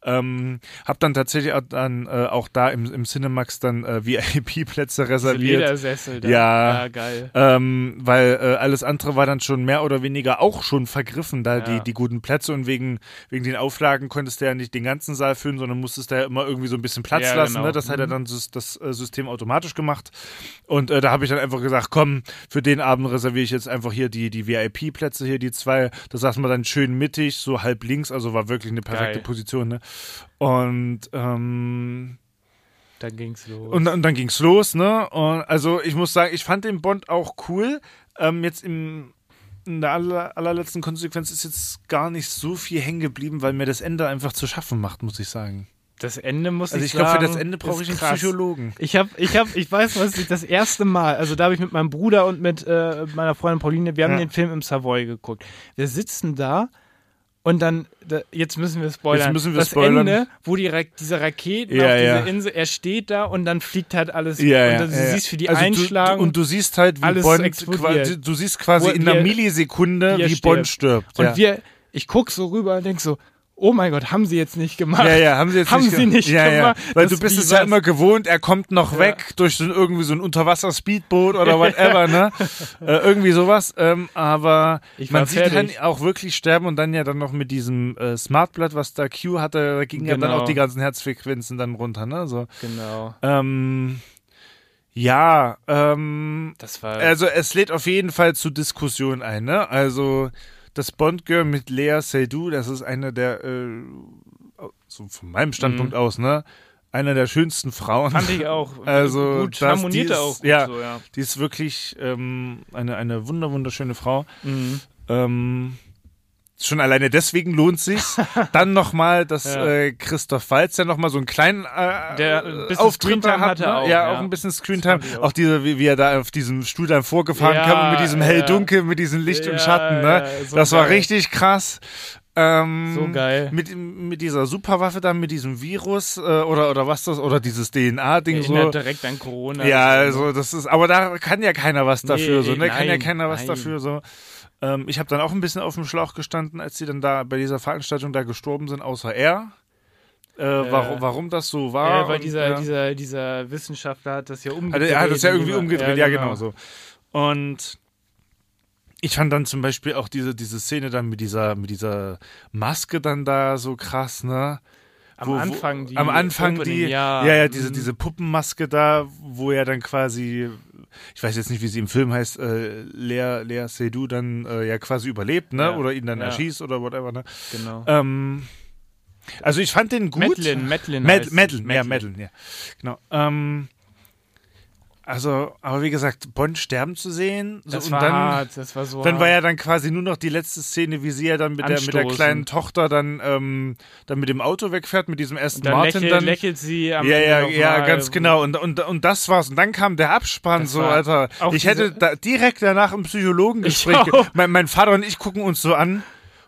[SPEAKER 1] ähm, hab dann tatsächlich auch, dann, äh, auch da im, im Cinemax dann äh, VIP-Plätze
[SPEAKER 2] Diese
[SPEAKER 1] reserviert.
[SPEAKER 2] Ledersessel da.
[SPEAKER 1] Ja.
[SPEAKER 2] ja geil.
[SPEAKER 1] Ähm, weil äh, alles andere war dann schon mehr oder weniger auch schon vergriffen, da
[SPEAKER 2] Ja.
[SPEAKER 1] die, die guten Plätze und wegen, wegen den Auflagen konntest du ja nicht den ganzen Saal füllen, sondern musstest da ja immer irgendwie so ein bisschen Platz
[SPEAKER 2] Ja,
[SPEAKER 1] lassen.
[SPEAKER 2] genau.
[SPEAKER 1] Ne? Das hat ja dann sys- das äh, System automatisch gemacht. Und äh, da habe ich dann einfach gesagt, komm, für den Abend reserviere ich jetzt einfach hier die, die VIP-Plätze hier, die zwei. Da saßen wir dann schön mittig, so halb links, also war wirklich eine perfekte
[SPEAKER 2] Geil.
[SPEAKER 1] Position. Ne? Und ähm,
[SPEAKER 2] Dann ging's los.
[SPEAKER 1] und, und dann ging's los, ne? Und also ich muss sagen, ich fand den Bond auch cool. Ähm, jetzt im, in der aller, allerletzten Konsequenz ist jetzt gar nicht so viel hängen geblieben, weil mir das Ende einfach zu schaffen macht, muss ich sagen.
[SPEAKER 2] Das Ende muss
[SPEAKER 1] Also
[SPEAKER 2] ich
[SPEAKER 1] ich glaube, für
[SPEAKER 2] sagen,
[SPEAKER 1] das Ende brauche
[SPEAKER 2] ist
[SPEAKER 1] ich einen
[SPEAKER 2] krass.
[SPEAKER 1] Psychologen.
[SPEAKER 2] Ich habe, ich habe, ich weiß was, ich das erste Mal, also da habe ich mit meinem Bruder und mit äh, meiner Freundin Pauline, wir haben
[SPEAKER 1] Ja.
[SPEAKER 2] den Film im Savoy geguckt. Wir sitzen da und dann, da, jetzt müssen wir spoilern.
[SPEAKER 1] Jetzt müssen wir
[SPEAKER 2] das
[SPEAKER 1] spoilern.
[SPEAKER 2] Ende, wo die Ra diese Raketen
[SPEAKER 1] Ja,
[SPEAKER 2] auf diese
[SPEAKER 1] ja.
[SPEAKER 2] Insel, er steht da und dann fliegt halt alles.
[SPEAKER 1] Ja, ja,
[SPEAKER 2] und dann
[SPEAKER 1] ja,
[SPEAKER 2] du
[SPEAKER 1] ja.
[SPEAKER 2] siehst, wie die
[SPEAKER 1] also
[SPEAKER 2] einschlagen.
[SPEAKER 1] Du, und du siehst halt, wie
[SPEAKER 2] alles
[SPEAKER 1] Bond
[SPEAKER 2] explodiert.
[SPEAKER 1] quasi, du siehst quasi
[SPEAKER 2] Wo-
[SPEAKER 1] in
[SPEAKER 2] wie
[SPEAKER 1] einer
[SPEAKER 2] er-
[SPEAKER 1] Millisekunde,
[SPEAKER 2] wie
[SPEAKER 1] wie,
[SPEAKER 2] er
[SPEAKER 1] Bond
[SPEAKER 2] stirbt.
[SPEAKER 1] stirbt.
[SPEAKER 2] Und
[SPEAKER 1] ja.
[SPEAKER 2] wir, ich guck so rüber und denk so, oh mein Gott, haben sie jetzt nicht gemacht.
[SPEAKER 1] Ja,
[SPEAKER 2] [LAUGHS]
[SPEAKER 1] ja, haben sie jetzt
[SPEAKER 2] Haben
[SPEAKER 1] nicht,
[SPEAKER 2] sie nicht
[SPEAKER 1] ja,
[SPEAKER 2] gemacht.
[SPEAKER 1] Ja. Weil
[SPEAKER 2] Das
[SPEAKER 1] du bist
[SPEAKER 2] wie
[SPEAKER 1] es ja
[SPEAKER 2] was.
[SPEAKER 1] immer gewohnt, er kommt noch weg durch so ein, irgendwie so ein Unterwasser-Speedboot
[SPEAKER 2] [LAUGHS]
[SPEAKER 1] oder whatever, ne? Äh, irgendwie sowas. Ähm, aber
[SPEAKER 2] Ich war
[SPEAKER 1] man sieht
[SPEAKER 2] fertig.
[SPEAKER 1] ihn auch wirklich sterben und dann ja dann noch mit diesem äh, Smartblatt, was da Q hatte, da gingen ja dann
[SPEAKER 2] Genau.
[SPEAKER 1] auch die ganzen Herzfrequenzen dann runter, ne? So.
[SPEAKER 2] Genau.
[SPEAKER 1] Ähm, ja, ähm,
[SPEAKER 2] Das war.
[SPEAKER 1] also es lädt auf jeden Fall zu Diskussionen ein, ne? Also das Bond-Girl mit Lea Seydoux, das ist eine der, äh, so von meinem Standpunkt aus, ne? Eine der schönsten Frauen.
[SPEAKER 2] fand ich auch.
[SPEAKER 1] Also,
[SPEAKER 2] gut,
[SPEAKER 1] das-
[SPEAKER 2] harmonierte
[SPEAKER 1] die ist-
[SPEAKER 2] auch gut
[SPEAKER 1] ja.
[SPEAKER 2] so, ja.
[SPEAKER 1] Die ist wirklich ähm, eine, eine wunder, wunderschöne Frau.
[SPEAKER 2] Mhm.
[SPEAKER 1] Ähm, schon alleine deswegen lohnt
[SPEAKER 2] [LAUGHS]
[SPEAKER 1] sich's. Dann nochmal, dass
[SPEAKER 2] Ja.
[SPEAKER 1] äh, Christoph Walz ja nochmal so einen kleinen äh,
[SPEAKER 2] Der ein
[SPEAKER 1] Auftritt
[SPEAKER 2] bisschen
[SPEAKER 1] da
[SPEAKER 2] Screentime
[SPEAKER 1] hat,
[SPEAKER 2] hatte
[SPEAKER 1] ne?
[SPEAKER 2] auch,
[SPEAKER 1] ja,
[SPEAKER 2] ja.
[SPEAKER 1] auch ein bisschen
[SPEAKER 2] fand
[SPEAKER 1] Screentime.
[SPEAKER 2] ich
[SPEAKER 1] Auch.
[SPEAKER 2] auch.
[SPEAKER 1] diese, wie, wie er da auf diesem Stuhl dann vorgefahren
[SPEAKER 2] Ja,
[SPEAKER 1] kam und mit diesem
[SPEAKER 2] ja,
[SPEAKER 1] hell-dunkel, mit diesem Licht
[SPEAKER 2] Ja,
[SPEAKER 1] und Schatten. Ne?
[SPEAKER 2] ja, so
[SPEAKER 1] das war
[SPEAKER 2] geil.
[SPEAKER 1] richtig krass. Ähm,
[SPEAKER 2] So geil.
[SPEAKER 1] Mit, mit dieser Superwaffe dann, mit diesem Virus äh, oder, oder was das, oder dieses DNA-Ding so.
[SPEAKER 2] Erinnert direkt an Corona.
[SPEAKER 1] Ja, also das ist, aber da kann ja keiner was dafür, so, ne? Kann ja
[SPEAKER 2] eh, nein,
[SPEAKER 1] keiner was
[SPEAKER 2] nein.
[SPEAKER 1] dafür, so. Ähm, ich habe dann auch ein bisschen auf dem Schlauch gestanden, als die dann da bei dieser Veranstaltung da gestorben sind, außer er. Äh, warum, warum das so war.
[SPEAKER 2] Ja, weil
[SPEAKER 1] und,
[SPEAKER 2] dieser,
[SPEAKER 1] Ah, ja. Ah,
[SPEAKER 2] dieser, dieser Wissenschaftler hat das ja
[SPEAKER 1] Hat
[SPEAKER 2] umgedreht.
[SPEAKER 1] er hat es ja irgendwie
[SPEAKER 2] Lieber-
[SPEAKER 1] umgedreht, ja, genau. so. Und ich fand dann zum Beispiel auch diese, diese Szene dann mit dieser, mit dieser Maske dann da so krass, ne?
[SPEAKER 2] Am
[SPEAKER 1] wo- wo-
[SPEAKER 2] Anfang die.
[SPEAKER 1] am Anfang
[SPEAKER 2] Opening,
[SPEAKER 1] die,
[SPEAKER 2] ja.
[SPEAKER 1] ja, ja, diese,
[SPEAKER 2] Mhm.
[SPEAKER 1] diese Puppenmaske da, wo ja dann quasi, ich weiß jetzt nicht, wie sie im Film heißt, äh, Lea, Lea Seydoux dann äh, ja quasi überlebt, ne,
[SPEAKER 2] Ja,
[SPEAKER 1] oder ihn dann
[SPEAKER 2] ja.
[SPEAKER 1] erschießt oder whatever, ne.
[SPEAKER 2] Genau.
[SPEAKER 1] Ähm, also ich fand den gut.
[SPEAKER 2] Madeline, Madeline.
[SPEAKER 1] Mad,
[SPEAKER 2] heißt sie.
[SPEAKER 1] Madeline, ja, Madeline, ja. Genau. Ähm, also, aber wie gesagt, Bond sterben zu sehen, so,
[SPEAKER 2] Das
[SPEAKER 1] und
[SPEAKER 2] war
[SPEAKER 1] dann,
[SPEAKER 2] hart, das war so
[SPEAKER 1] dann
[SPEAKER 2] hart.
[SPEAKER 1] war ja dann quasi nur noch die letzte Szene, wie sie ja dann mit, der, mit der
[SPEAKER 2] Anstoßen.
[SPEAKER 1] kleinen Tochter dann, ähm, dann mit dem Auto wegfährt, mit diesem ersten
[SPEAKER 2] Und dann
[SPEAKER 1] Martin
[SPEAKER 2] lächelt,
[SPEAKER 1] dann.
[SPEAKER 2] lächelt sie am
[SPEAKER 1] Ja,
[SPEAKER 2] Ende
[SPEAKER 1] ja,
[SPEAKER 2] noch
[SPEAKER 1] ja,
[SPEAKER 2] mal.
[SPEAKER 1] ganz genau. Und, und, und das war's. Und dann kam der Abspann,
[SPEAKER 2] Das
[SPEAKER 1] so,
[SPEAKER 2] war-
[SPEAKER 1] Alter.
[SPEAKER 2] auch
[SPEAKER 1] Ich
[SPEAKER 2] diese-
[SPEAKER 1] hätte da direkt danach im Psychologengespräch.
[SPEAKER 2] Ich auch.
[SPEAKER 1] Mein, mein Vater und ich gucken uns so an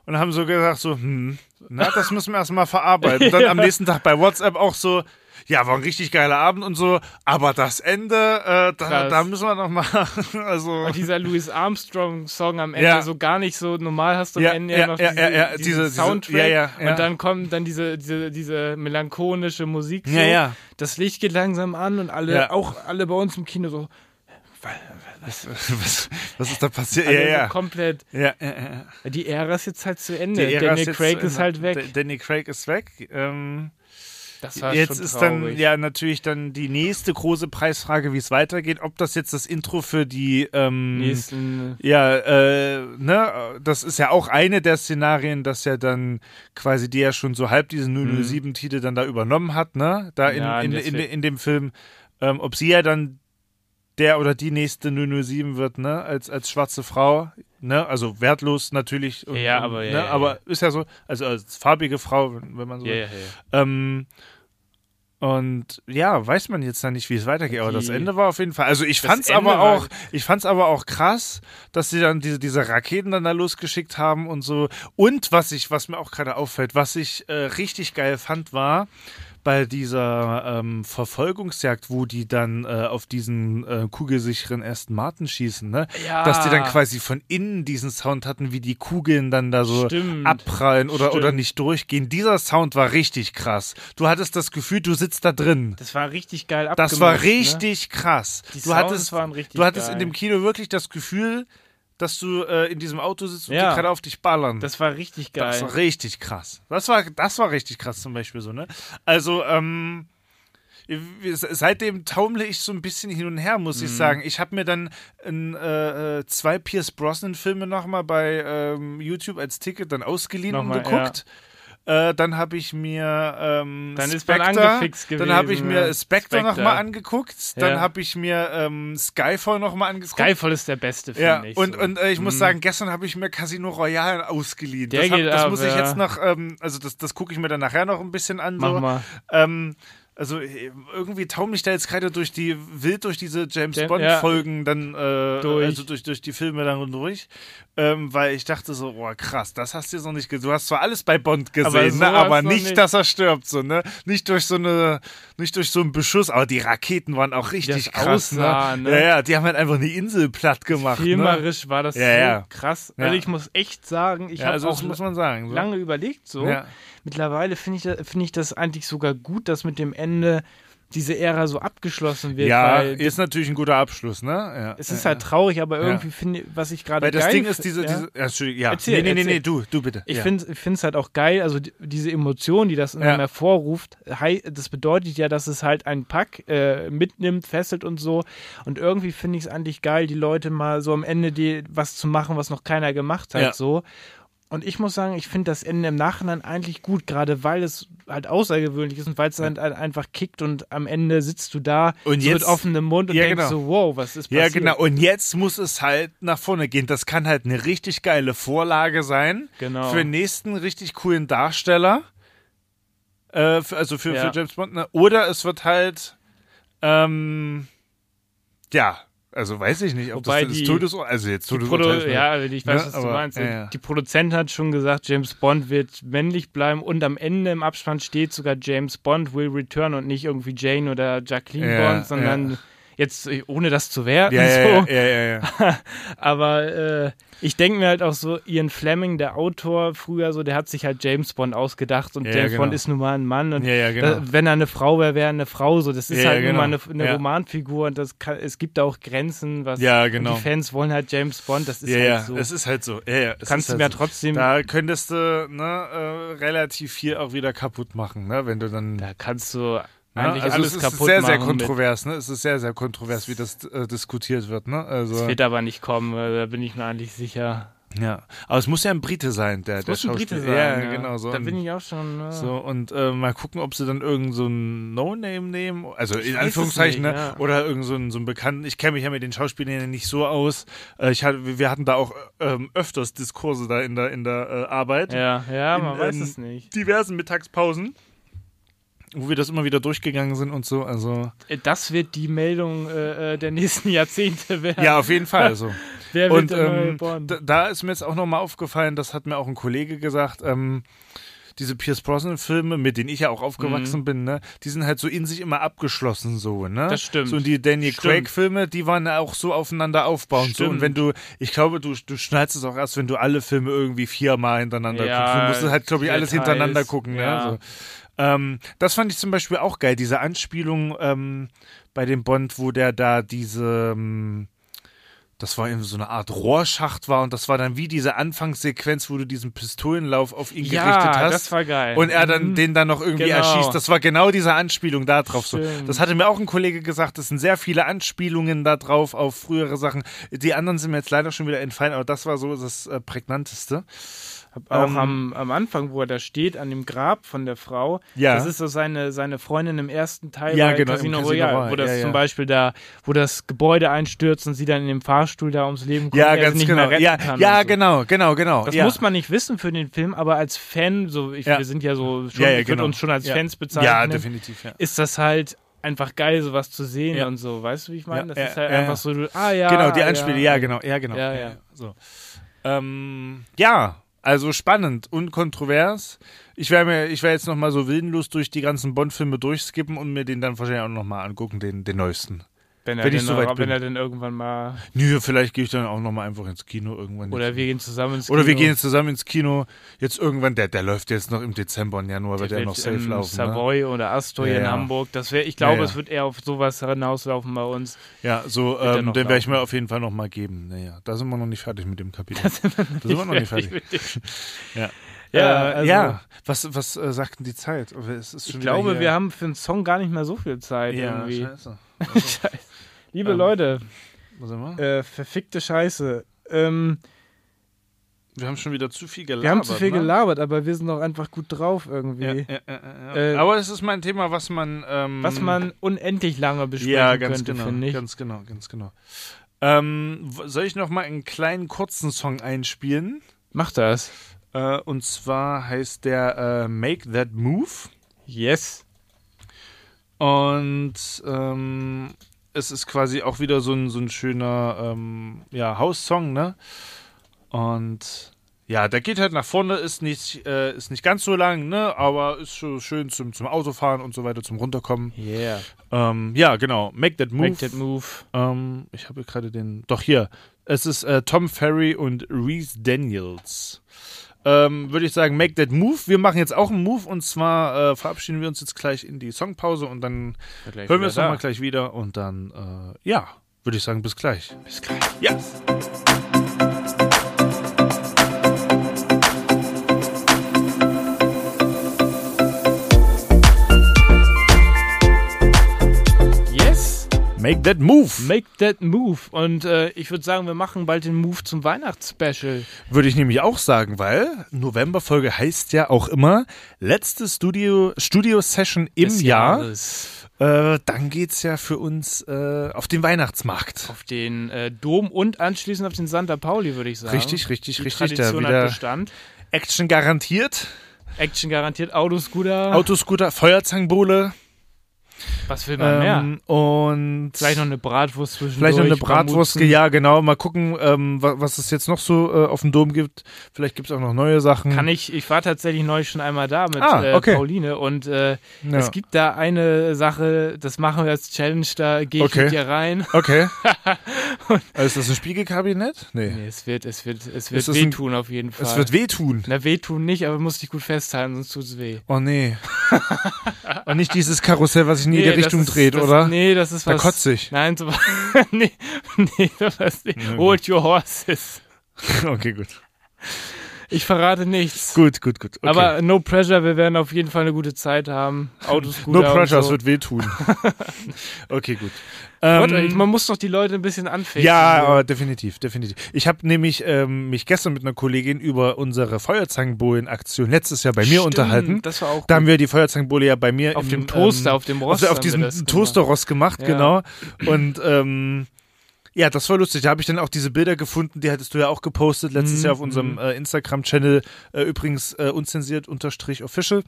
[SPEAKER 1] und haben so gesagt, so, hm, na, das müssen wir erstmal verarbeiten. Und dann
[SPEAKER 2] [LAUGHS]
[SPEAKER 1] am nächsten Tag bei WhatsApp auch so, ja, war ein richtig geiler Abend und so, aber das Ende, äh, da,
[SPEAKER 2] Krass.
[SPEAKER 1] da müssen wir noch mal, [LAUGHS] also.
[SPEAKER 2] Und dieser Louis Armstrong-Song am Ende
[SPEAKER 1] Ja.
[SPEAKER 2] so gar nicht so normal hast du am
[SPEAKER 1] Ja,
[SPEAKER 2] Ende
[SPEAKER 1] ja,
[SPEAKER 2] noch
[SPEAKER 1] ja,
[SPEAKER 2] diese,
[SPEAKER 1] ja, ja,
[SPEAKER 2] diesen
[SPEAKER 1] diese- diese-
[SPEAKER 2] Soundtrack
[SPEAKER 1] ja, ja, ja.
[SPEAKER 2] und dann kommt dann diese, diese, diese melancholische Musik. So.
[SPEAKER 1] Ja, ja.
[SPEAKER 2] Das Licht geht langsam an und alle,
[SPEAKER 1] Ja.
[SPEAKER 2] auch alle bei uns im Kino so,
[SPEAKER 1] [LAUGHS] Was, was ist da passiert?
[SPEAKER 2] alle
[SPEAKER 1] Ja,
[SPEAKER 2] Also so
[SPEAKER 1] ja.
[SPEAKER 2] komplett.
[SPEAKER 1] ja, ja, ja.
[SPEAKER 2] Die Ära ist jetzt halt zu Ende.
[SPEAKER 1] Die Ära
[SPEAKER 2] Daniel
[SPEAKER 1] jetzt
[SPEAKER 2] Craig
[SPEAKER 1] zu
[SPEAKER 2] ist
[SPEAKER 1] Ende.
[SPEAKER 2] halt weg.
[SPEAKER 1] Da- Danny Craig ist weg. Ähm,
[SPEAKER 2] Das war
[SPEAKER 1] jetzt
[SPEAKER 2] schon
[SPEAKER 1] ist
[SPEAKER 2] traurig.
[SPEAKER 1] dann ja natürlich dann die nächste große Preisfrage, wie es weitergeht, ob das jetzt das Intro für die ähm,
[SPEAKER 2] Nächsten,
[SPEAKER 1] ja, äh, ne, das ist ja auch eine der Szenarien, dass ja dann quasi die ja schon so halb diesen 007-Titel dann da übernommen hat, ne, da in,
[SPEAKER 2] Mhm. Ja, in
[SPEAKER 1] in,
[SPEAKER 2] der
[SPEAKER 1] in,
[SPEAKER 2] Fi-
[SPEAKER 1] in dem Film, ähm, ob sie ja dann der oder die nächste 007 wird, ne, als, als schwarze Frau, ne, also wertlos natürlich. und-
[SPEAKER 2] Ja,
[SPEAKER 1] und,
[SPEAKER 2] aber ja,
[SPEAKER 1] ne,
[SPEAKER 2] ja, ja.
[SPEAKER 1] aber ist ja so, also als farbige Frau, wenn wenn man so
[SPEAKER 2] ja,
[SPEAKER 1] will.
[SPEAKER 2] ja, ja.
[SPEAKER 1] Ähm, und ja, weiß man jetzt dann nicht, wie es weitergeht, aber
[SPEAKER 2] Die-
[SPEAKER 1] das Ende war auf jeden Fall. Also ich
[SPEAKER 2] Das
[SPEAKER 1] fand's
[SPEAKER 2] Ende
[SPEAKER 1] aber
[SPEAKER 2] war- halt
[SPEAKER 1] auch, ich fand's aber auch krass, dass sie dann diese, diese Raketen dann da losgeschickt haben und so. Und was ich, was mir auch gerade auffällt, was ich äh, richtig geil fand, war bei dieser ähm, Verfolgungsjagd, wo die dann äh, auf diesen äh, kugelsicheren ersten Martin schießen, ne?
[SPEAKER 2] Ja.
[SPEAKER 1] Dass die dann quasi von innen diesen Sound hatten, wie die Kugeln dann da so
[SPEAKER 2] Stimmt.
[SPEAKER 1] abprallen oder, oder
[SPEAKER 2] Stimmt.
[SPEAKER 1] nicht durchgehen. Dieser Sound war richtig krass. Du hattest das Gefühl, du sitzt da drin.
[SPEAKER 2] Das war richtig geil abgemacht.
[SPEAKER 1] Das war
[SPEAKER 2] Ne?
[SPEAKER 1] richtig krass.
[SPEAKER 2] Die
[SPEAKER 1] du
[SPEAKER 2] Sounds
[SPEAKER 1] hattest,
[SPEAKER 2] waren richtig
[SPEAKER 1] du hattest
[SPEAKER 2] geil.
[SPEAKER 1] in dem Kino wirklich das Gefühl, dass du äh, in diesem Auto sitzt und
[SPEAKER 2] Ja.
[SPEAKER 1] die gerade auf dich ballern.
[SPEAKER 2] Das war richtig geil.
[SPEAKER 1] Das war richtig krass. Das war, das war richtig krass zum Beispiel so, ne? Also, ähm, wir- seitdem taumle ich so ein bisschen hin und her,
[SPEAKER 2] Mhm.
[SPEAKER 1] muss ich sagen. Ich habe mir dann ein, äh, äh, zwei Pierce Brosnan-Filme nochmal bei ähm, YouTube als Ticket dann ausgeliehen
[SPEAKER 2] Nochmal,
[SPEAKER 1] und geguckt. Äh, dann habe ich mir ähm,
[SPEAKER 2] Dann ist man
[SPEAKER 1] Spectre,
[SPEAKER 2] angefixt
[SPEAKER 1] dann habe ich
[SPEAKER 2] gewesen,
[SPEAKER 1] mir
[SPEAKER 2] ja.
[SPEAKER 1] Spectre,
[SPEAKER 2] Spectre.
[SPEAKER 1] nochmal angeguckt, dann
[SPEAKER 2] Ja.
[SPEAKER 1] habe ich mir ähm, Skyfall nochmal angeguckt.
[SPEAKER 2] Skyfall ist der beste, finde
[SPEAKER 1] Ja,
[SPEAKER 2] ich.
[SPEAKER 1] und,
[SPEAKER 2] so. Mhm.
[SPEAKER 1] und äh, ich muss sagen, gestern habe ich mir Casino Royale ausgeliehen.
[SPEAKER 2] Der
[SPEAKER 1] das hab,
[SPEAKER 2] geht
[SPEAKER 1] das
[SPEAKER 2] ab,
[SPEAKER 1] muss ich
[SPEAKER 2] ja.
[SPEAKER 1] jetzt noch, ähm, also das, das gucke ich mir dann nachher noch ein bisschen an.
[SPEAKER 2] Mach
[SPEAKER 1] so.
[SPEAKER 2] mal.
[SPEAKER 1] Ähm, Also äh, irgendwie taumel ich da jetzt gerade durch die wild durch diese James
[SPEAKER 2] Jam-
[SPEAKER 1] Bond
[SPEAKER 2] ja.
[SPEAKER 1] Folgen dann äh,
[SPEAKER 2] Durch.
[SPEAKER 1] also durch durch die Filme dann durch, ähm, weil ich dachte so, oh krass, das hast du jetzt noch nicht gesehen. Du hast zwar alles bei Bond gesehen,
[SPEAKER 2] Aber
[SPEAKER 1] aber, ne,
[SPEAKER 2] sowas
[SPEAKER 1] aber
[SPEAKER 2] noch
[SPEAKER 1] nicht,
[SPEAKER 2] nicht.
[SPEAKER 1] dass er stirbt so, ne? Nicht durch so eine nicht durch so einen Beschuss, aber die Raketen waren auch richtig
[SPEAKER 2] das
[SPEAKER 1] krass,
[SPEAKER 2] aussah, ne?
[SPEAKER 1] Ja, ja, die haben halt einfach eine Insel platt gemacht, ne?
[SPEAKER 2] Filmerisch war das
[SPEAKER 1] Ja,
[SPEAKER 2] so
[SPEAKER 1] ja.
[SPEAKER 2] krass.
[SPEAKER 1] Ja.
[SPEAKER 2] Also ich muss echt sagen, ich
[SPEAKER 1] Ja,
[SPEAKER 2] habe
[SPEAKER 1] also
[SPEAKER 2] auch
[SPEAKER 1] das muss man sagen. So.
[SPEAKER 2] lange überlegt so.
[SPEAKER 1] Ja.
[SPEAKER 2] Mittlerweile finde ich, da- finde ich das eigentlich sogar gut, dass mit dem Ende diese Ära so abgeschlossen wird.
[SPEAKER 1] ja,
[SPEAKER 2] weil
[SPEAKER 1] ist natürlich ein guter Abschluss, ne? Ja.
[SPEAKER 2] es ist halt traurig, aber irgendwie finde ich, was ich gerade
[SPEAKER 1] Weil das
[SPEAKER 2] geil
[SPEAKER 1] Ding
[SPEAKER 2] f-
[SPEAKER 1] ist diese,
[SPEAKER 2] ja.
[SPEAKER 1] diese ja, Entschuldigung, ja.
[SPEAKER 2] Erzähl,
[SPEAKER 1] nee, nee, nee,
[SPEAKER 2] erzähl.
[SPEAKER 1] nee, du, du bitte.
[SPEAKER 2] Ich
[SPEAKER 1] ja.
[SPEAKER 2] finde es halt auch geil, also die, diese Emotion, die das in
[SPEAKER 1] Ja.
[SPEAKER 2] einem hervorruft, hei- das bedeutet ja, dass es halt einen Pack äh, mitnimmt, fesselt und so. Und irgendwie finde ich es eigentlich geil, die Leute mal so am Ende die, was zu machen, was noch keiner gemacht hat,
[SPEAKER 1] Ja.
[SPEAKER 2] so. Und ich muss sagen, ich finde das Ende im Nachhinein eigentlich gut, gerade weil es halt außergewöhnlich ist und weil es halt ein- einfach kickt und am Ende sitzt du da
[SPEAKER 1] Und
[SPEAKER 2] so mit
[SPEAKER 1] jetzt-
[SPEAKER 2] offenem Mund und
[SPEAKER 1] Ja,
[SPEAKER 2] denkst
[SPEAKER 1] genau.
[SPEAKER 2] so, wow, was ist
[SPEAKER 1] Ja,
[SPEAKER 2] passiert?
[SPEAKER 1] genau. Und jetzt muss es halt nach vorne gehen. Das kann halt eine richtig geile Vorlage sein.
[SPEAKER 2] Genau.
[SPEAKER 1] Für den nächsten richtig coolen Darsteller. Äh, für, also für,
[SPEAKER 2] Ja.
[SPEAKER 1] für James Bond. Ne? Oder es wird halt, ähm, ja, also weiß ich nicht, ob
[SPEAKER 2] Wobei
[SPEAKER 1] das,
[SPEAKER 2] die-
[SPEAKER 1] das Todes... Also jetzt
[SPEAKER 2] Produ
[SPEAKER 1] Todesurteil. ist-
[SPEAKER 2] ja, ich
[SPEAKER 1] Ne?
[SPEAKER 2] weiß, was du
[SPEAKER 1] Aber,
[SPEAKER 2] meinst.
[SPEAKER 1] ja, ja.
[SPEAKER 2] Die Produzentin hat schon gesagt, James Bond wird männlich bleiben und am Ende im Abspann steht sogar James Bond will return und nicht irgendwie Jane oder Jacqueline
[SPEAKER 1] Ja,
[SPEAKER 2] Bond, sondern
[SPEAKER 1] ja.
[SPEAKER 2] jetzt äh, ohne das zu werten.
[SPEAKER 1] Ja,
[SPEAKER 2] [LAUGHS] so.
[SPEAKER 1] ja, ja, ja, ja.
[SPEAKER 2] Aber äh, ich denke mir halt auch so, Ian Fleming, der Autor früher so, der hat sich halt James Bond ausgedacht und
[SPEAKER 1] Ja,
[SPEAKER 2] James
[SPEAKER 1] genau.
[SPEAKER 2] Bond ist nun mal ein Mann und
[SPEAKER 1] Ja, ja, genau.
[SPEAKER 2] da, wenn er eine Frau wäre, wäre er eine Frau so. Das ist
[SPEAKER 1] Ja, ja,
[SPEAKER 2] halt nun mal eine,
[SPEAKER 1] genau.
[SPEAKER 2] eine
[SPEAKER 1] Ja.
[SPEAKER 2] Romanfigur und das kann, es gibt da auch Grenzen, was
[SPEAKER 1] Ja,
[SPEAKER 2] und
[SPEAKER 1] genau.
[SPEAKER 2] die Fans wollen halt James Bond, das ist
[SPEAKER 1] Ja,
[SPEAKER 2] halt
[SPEAKER 1] ja,
[SPEAKER 2] so.
[SPEAKER 1] es ist halt so. Ja, ja, es
[SPEAKER 2] Kannst
[SPEAKER 1] ist
[SPEAKER 2] du
[SPEAKER 1] halt
[SPEAKER 2] mir
[SPEAKER 1] so.
[SPEAKER 2] trotzdem.
[SPEAKER 1] Da könntest du ne, äh, relativ viel auch wieder kaputt machen, ne? wenn du dann.
[SPEAKER 2] Da kannst du
[SPEAKER 1] ne?
[SPEAKER 2] eigentlich
[SPEAKER 1] also
[SPEAKER 2] alles
[SPEAKER 1] es ist
[SPEAKER 2] kaputt
[SPEAKER 1] sehr,
[SPEAKER 2] machen.
[SPEAKER 1] sehr
[SPEAKER 2] mit,
[SPEAKER 1] kontrovers, ne? Es ist sehr, sehr kontrovers, wie das äh, diskutiert wird, ne? Also,
[SPEAKER 2] das wird aber nicht kommen, äh, da bin ich mir eigentlich sicher.
[SPEAKER 1] ja. Aber es muss ja ein Brite sein, der, der
[SPEAKER 2] muss ein Brite sein.
[SPEAKER 1] Schauspieler. Ja, genau. So
[SPEAKER 2] Da
[SPEAKER 1] ein-
[SPEAKER 2] bin ich auch schon. Äh,
[SPEAKER 1] so, und äh, mal gucken, ob sie dann irgend so ein No-Name nehmen, also in
[SPEAKER 2] weiß es
[SPEAKER 1] Anführungszeichen,
[SPEAKER 2] nicht,
[SPEAKER 1] ne?
[SPEAKER 2] ja.
[SPEAKER 1] oder irgend so einen, so einen Bekannten. Ich kenne mich ja mit den Schauspielern ja nicht so aus. Äh, ich hatte, wir hatten da auch ähm, öfters Diskurse da in der, in der äh, Arbeit.
[SPEAKER 2] Ja, ja, man
[SPEAKER 1] in,
[SPEAKER 2] weiß
[SPEAKER 1] ähm,
[SPEAKER 2] es nicht.
[SPEAKER 1] diversen Mittagspausen, wo wir das immer wieder durchgegangen sind und so. Also
[SPEAKER 2] Äh, Das wird die Meldung äh, äh, der nächsten [LAUGHS] Jahrzehnte werden.
[SPEAKER 1] ja, auf jeden Fall. also. So.
[SPEAKER 2] Wer wird
[SPEAKER 1] und
[SPEAKER 2] der neue
[SPEAKER 1] ähm,
[SPEAKER 2] Bond?
[SPEAKER 1] da, da ist mir jetzt auch nochmal aufgefallen, das hat mir auch ein Kollege gesagt. Ähm, diese Pierce Brosnan-Filme, mit denen ich ja auch aufgewachsen bin, ne, die sind halt so in sich immer abgeschlossen, so, ne?
[SPEAKER 2] Mhm. Das stimmt.
[SPEAKER 1] So, und die Daniel
[SPEAKER 2] Stimmt.
[SPEAKER 1] Craig-Filme, die waren ja auch so aufeinander aufbauend, so.
[SPEAKER 2] Stimmt.
[SPEAKER 1] Und wenn du, ich glaube, du, du schneidest es auch erst, wenn du alle Filme irgendwie viermal hintereinander
[SPEAKER 2] Ja,
[SPEAKER 1] guckst. Du musst es halt, glaube ich, alles
[SPEAKER 2] Details,
[SPEAKER 1] hintereinander gucken, ne?
[SPEAKER 2] ja.
[SPEAKER 1] So. Ähm, das fand ich zum Beispiel auch geil, diese Anspielung ähm, bei dem Bond, wo der da diese, ähm, das war eben so eine Art Rohrschacht war und das war dann wie diese Anfangssequenz, wo du diesen Pistolenlauf auf ihn gerichtet
[SPEAKER 2] ja,
[SPEAKER 1] hast.
[SPEAKER 2] das war geil.
[SPEAKER 1] und er dann den dann noch irgendwie
[SPEAKER 2] Genau.
[SPEAKER 1] erschießt. Das war genau diese Anspielung da drauf. So.
[SPEAKER 2] Stimmt.
[SPEAKER 1] Das hatte mir auch ein Kollege gesagt. Es sind sehr viele Anspielungen da drauf auf frühere Sachen. Die anderen sind mir jetzt leider schon wieder entfallen, aber das war so das äh, prägnanteste.
[SPEAKER 2] Auch
[SPEAKER 1] Ähm,
[SPEAKER 2] am, am Anfang, wo er da steht, an dem Grab von der Frau.
[SPEAKER 1] Ja.
[SPEAKER 2] Das ist so seine, seine Freundin im ersten Teil
[SPEAKER 1] Ja,
[SPEAKER 2] bei
[SPEAKER 1] genau, im
[SPEAKER 2] Casino,
[SPEAKER 1] Casino
[SPEAKER 2] Royale,
[SPEAKER 1] Royale,
[SPEAKER 2] wo das
[SPEAKER 1] ja, ja.
[SPEAKER 2] zum Beispiel da, wo das Gebäude einstürzt und sie dann in dem Fahrstuhl da ums Leben kommt,
[SPEAKER 1] ja,
[SPEAKER 2] er sie
[SPEAKER 1] ganz
[SPEAKER 2] nicht
[SPEAKER 1] genau.
[SPEAKER 2] mehr retten
[SPEAKER 1] Ja,
[SPEAKER 2] kann.
[SPEAKER 1] ja
[SPEAKER 2] und so.
[SPEAKER 1] genau, genau, genau.
[SPEAKER 2] Das
[SPEAKER 1] ja.
[SPEAKER 2] muss man nicht wissen für den Film, aber als Fan, so ich,
[SPEAKER 1] Ja.
[SPEAKER 2] wir sind ja so, schon,
[SPEAKER 1] ja, ja,
[SPEAKER 2] ich würde
[SPEAKER 1] genau.
[SPEAKER 2] uns schon als
[SPEAKER 1] ja.
[SPEAKER 2] Fans
[SPEAKER 1] Ja,
[SPEAKER 2] bezeichnen,
[SPEAKER 1] definitiv. Ja.
[SPEAKER 2] ist das halt einfach geil, sowas zu sehen
[SPEAKER 1] Ja.
[SPEAKER 2] und so. Weißt du, wie ich meine?
[SPEAKER 1] Ja,
[SPEAKER 2] das
[SPEAKER 1] ja,
[SPEAKER 2] ist halt
[SPEAKER 1] ja,
[SPEAKER 2] einfach
[SPEAKER 1] ja.
[SPEAKER 2] so, du- ah ja.
[SPEAKER 1] genau, die
[SPEAKER 2] ah,
[SPEAKER 1] Anspiele, ja, genau, ja, genau.
[SPEAKER 2] Ja, ja.
[SPEAKER 1] So. Ähm, ja, also spannend und kontrovers. Ich werde mir, ich werde jetzt nochmal so willenlos durch die ganzen Bond-Filme durchskippen und mir den dann wahrscheinlich auch nochmal angucken, den, den neuesten.
[SPEAKER 2] Wenn, er
[SPEAKER 1] Wenn
[SPEAKER 2] denn
[SPEAKER 1] ich
[SPEAKER 2] noch,
[SPEAKER 1] soweit
[SPEAKER 2] wenn
[SPEAKER 1] bin.
[SPEAKER 2] er denn irgendwann mal,
[SPEAKER 1] Nö, vielleicht gehe ich dann auch nochmal einfach ins Kino irgendwann.
[SPEAKER 2] oder wir gehen zusammen ins
[SPEAKER 1] Oder wir
[SPEAKER 2] Kino.
[SPEAKER 1] gehen jetzt zusammen ins Kino. Jetzt irgendwann, der, der läuft jetzt noch im Dezember und Januar, wird der noch safe
[SPEAKER 2] im
[SPEAKER 1] laufen. Ne?
[SPEAKER 2] Savoy oder Astoy
[SPEAKER 1] Ja,
[SPEAKER 2] in
[SPEAKER 1] ja.
[SPEAKER 2] Hamburg. Das wäre, ich glaube,
[SPEAKER 1] Ja, ja.
[SPEAKER 2] es wird eher auf sowas hinauslaufen bei uns.
[SPEAKER 1] Ja, so,
[SPEAKER 2] der
[SPEAKER 1] ähm,
[SPEAKER 2] noch
[SPEAKER 1] den werde ich
[SPEAKER 2] laufen.
[SPEAKER 1] mir auf jeden Fall nochmal geben. Naja, da sind wir noch nicht fertig mit dem Kapitel. Da sind wir
[SPEAKER 2] [LAUGHS]
[SPEAKER 1] noch nicht fertig. [LAUGHS] Ja.
[SPEAKER 2] Ja,
[SPEAKER 1] Äh,
[SPEAKER 2] also-
[SPEAKER 1] ja. Was, was äh, sagt denn die Zeit? Es ist schon
[SPEAKER 2] Ich
[SPEAKER 1] wieder
[SPEAKER 2] glaube,
[SPEAKER 1] hier.
[SPEAKER 2] wir haben für einen Song gar nicht mehr so viel Zeit
[SPEAKER 1] Ja,
[SPEAKER 2] irgendwie.
[SPEAKER 1] scheiße.
[SPEAKER 2] Scheiße. Liebe
[SPEAKER 1] Ähm.
[SPEAKER 2] Leute,
[SPEAKER 1] Was haben wir?
[SPEAKER 2] äh, verfickte Scheiße. Ähm,
[SPEAKER 1] wir haben schon wieder zu viel gelabert.
[SPEAKER 2] wir haben zu viel
[SPEAKER 1] ne?
[SPEAKER 2] gelabert, aber wir sind auch einfach gut drauf irgendwie.
[SPEAKER 1] Ja, ja, ja, ja.
[SPEAKER 2] Äh,
[SPEAKER 1] Aber es ist mal ein Thema, was man. Ähm,
[SPEAKER 2] Was man unendlich lange besprechen
[SPEAKER 1] Ja, ganz
[SPEAKER 2] könnte,
[SPEAKER 1] genau.
[SPEAKER 2] finde ich.
[SPEAKER 1] Ganz genau, ganz genau. Ähm, w- soll ich noch mal einen kleinen kurzen Song einspielen?
[SPEAKER 2] Mach das.
[SPEAKER 1] Äh, und zwar heißt der äh, Make That Move.
[SPEAKER 2] Yes.
[SPEAKER 1] Und ähm, es ist quasi auch wieder so ein, so ein schöner ähm, ja, House-Song, ne? Und ja, der geht halt nach vorne, ist nicht, äh, ist nicht ganz so lang, ne? Aber ist so schön zum, zum Autofahren und so weiter, zum Runterkommen.
[SPEAKER 2] Yeah.
[SPEAKER 1] Ähm, ja, genau. Make that move.
[SPEAKER 2] Make that move.
[SPEAKER 1] Ähm, ich habe gerade den. Doch hier. Es ist äh, Tom Ferry und Reese Daniels. Ähm, Würde ich sagen, make that move. Wir machen jetzt auch einen Move und zwar äh, verabschieden wir uns jetzt gleich in die Songpause und dann hören wir uns nochmal gleich wieder und dann, äh, ja, würde ich sagen, bis gleich. Bis gleich. Ja.
[SPEAKER 2] Yes,
[SPEAKER 1] Make that move.
[SPEAKER 2] make that move. Und äh, ich würde sagen, wir machen bald den Move zum Weihnachtsspecial.
[SPEAKER 1] Würde ich nämlich auch sagen, weil Novemberfolge heißt ja auch immer letzte Studio, Studio Session im
[SPEAKER 2] des
[SPEAKER 1] Jahr.
[SPEAKER 2] Jahres.
[SPEAKER 1] Äh, dann geht's ja für uns äh, auf den Weihnachtsmarkt.
[SPEAKER 2] Auf den äh, Dom und anschließend auf den Santa Pauli, würde ich sagen.
[SPEAKER 1] Richtig, richtig,
[SPEAKER 2] Die
[SPEAKER 1] richtig. Da
[SPEAKER 2] Tradition hat
[SPEAKER 1] wieder
[SPEAKER 2] Bestand.
[SPEAKER 1] Action garantiert.
[SPEAKER 2] Action garantiert, Autoscooter.
[SPEAKER 1] Autoscooter, Feuerzangenbowle.
[SPEAKER 2] Was will man mehr?
[SPEAKER 1] Ähm, und
[SPEAKER 2] Vielleicht noch eine Bratwurst zwischendurch.
[SPEAKER 1] vielleicht noch eine Bratwurst.
[SPEAKER 2] Bambuzen.
[SPEAKER 1] Ja, genau. Mal gucken, ähm, wa- was es jetzt noch so äh, auf dem Dom gibt. Vielleicht gibt's auch noch neue Sachen.
[SPEAKER 2] Kann ich, ich war tatsächlich neulich schon einmal da mit
[SPEAKER 1] Ah, okay.
[SPEAKER 2] äh, Pauline und äh,
[SPEAKER 1] Ja.
[SPEAKER 2] es gibt da eine Sache, das machen wir als Challenge, da gehe ich
[SPEAKER 1] Okay.
[SPEAKER 2] mit dir rein.
[SPEAKER 1] [LAUGHS]
[SPEAKER 2] [LAUGHS]
[SPEAKER 1] Okay. also ist das ein Spiegelkabinett? Nee.
[SPEAKER 2] Nee, es wird, es wird, es wird
[SPEAKER 1] Ist das ein-
[SPEAKER 2] wehtun auf jeden Fall.
[SPEAKER 1] Es wird wehtun.
[SPEAKER 2] Na, wehtun nicht, aber musst dich gut festhalten, sonst tut's weh.
[SPEAKER 1] Oh
[SPEAKER 2] [LAUGHS]
[SPEAKER 1] nee. Und nicht dieses Karussell, was sich in jede
[SPEAKER 2] das
[SPEAKER 1] Richtung
[SPEAKER 2] ist,
[SPEAKER 1] dreht,
[SPEAKER 2] das,
[SPEAKER 1] oder?
[SPEAKER 2] Nee, das ist
[SPEAKER 1] Da
[SPEAKER 2] was.
[SPEAKER 1] kotze ich. [LAUGHS]
[SPEAKER 2] Nein, so [LAUGHS] nee, nee, das ist nicht. Hold your horses.
[SPEAKER 1] Okay, gut.
[SPEAKER 2] Ich verrate nichts.
[SPEAKER 1] Gut, gut, gut. Okay.
[SPEAKER 2] Aber no pressure, wir werden auf jeden Fall eine gute Zeit haben. Autos gut.
[SPEAKER 1] No pressure, es
[SPEAKER 2] so.
[SPEAKER 1] wird
[SPEAKER 2] [LAUGHS]
[SPEAKER 1] wehtun. okay, gut.
[SPEAKER 2] Gott,
[SPEAKER 1] Ähm,
[SPEAKER 2] ey, Man muss doch die Leute ein bisschen anfähigen.
[SPEAKER 1] ja, äh, aber definitiv, definitiv. Ich habe nämlich ähm, mich gestern mit einer Kollegin über unsere Feuerzangenbohlen-Aktion letztes Jahr bei mir
[SPEAKER 2] Stimmt,
[SPEAKER 1] unterhalten.
[SPEAKER 2] Das war auch
[SPEAKER 1] Da haben wir die Feuerzangenbohle ja bei mir
[SPEAKER 2] Auf
[SPEAKER 1] im,
[SPEAKER 2] dem Toaster,
[SPEAKER 1] ähm,
[SPEAKER 2] auf dem
[SPEAKER 1] auf,
[SPEAKER 2] Rost.
[SPEAKER 1] auf
[SPEAKER 2] haben wir
[SPEAKER 1] diesem
[SPEAKER 2] das gemacht.
[SPEAKER 1] Toasterrost gemacht,
[SPEAKER 2] Ja.
[SPEAKER 1] genau. Und ähm, ja, das war lustig. Da habe ich dann auch diese Bilder gefunden, die hattest du ja auch gepostet letztes
[SPEAKER 2] Mhm,
[SPEAKER 1] Jahr auf unserem äh, Instagram-Channel, äh, übrigens äh, unzensiert unterstrich official.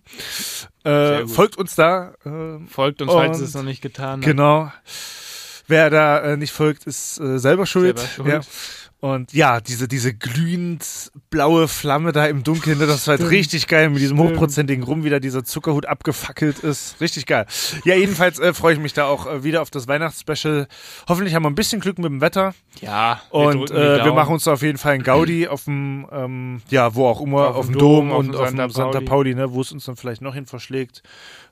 [SPEAKER 1] Äh,
[SPEAKER 2] gut.
[SPEAKER 1] folgt uns da. ähm,
[SPEAKER 2] Folgt uns, falls
[SPEAKER 1] Und-
[SPEAKER 2] ihr es noch nicht getan habt.
[SPEAKER 1] Genau. Wer da äh, nicht folgt, ist äh, selber schuld.
[SPEAKER 2] Selber schuld.
[SPEAKER 1] Ja. Und ja, diese, diese glühend blaue Flamme da im Dunkeln, ne, das war halt richtig geil mit diesem
[SPEAKER 2] Stimmt.
[SPEAKER 1] hochprozentigen Rum, wie da dieser Zuckerhut abgefackelt ist. Richtig geil. Ja, jedenfalls äh, freue ich mich da auch äh, wieder auf das Weihnachtsspecial. Hoffentlich haben wir ein bisschen Glück mit dem Wetter
[SPEAKER 2] Ja. wir
[SPEAKER 1] und
[SPEAKER 2] drücken die
[SPEAKER 1] äh, wir
[SPEAKER 2] Daumen.
[SPEAKER 1] machen uns da auf jeden Fall einen Gaudi
[SPEAKER 2] [CLEARS THROAT]
[SPEAKER 1] auf dem, ähm, ja, wo auch immer,
[SPEAKER 2] Auf
[SPEAKER 1] auf,
[SPEAKER 2] dem
[SPEAKER 1] dem Dom,
[SPEAKER 2] Dom, auf
[SPEAKER 1] und
[SPEAKER 2] dem
[SPEAKER 1] auf
[SPEAKER 2] Santa
[SPEAKER 1] dem Santa
[SPEAKER 2] Pauli.
[SPEAKER 1] Pauli, ne, wo es uns dann vielleicht noch hin verschlägt.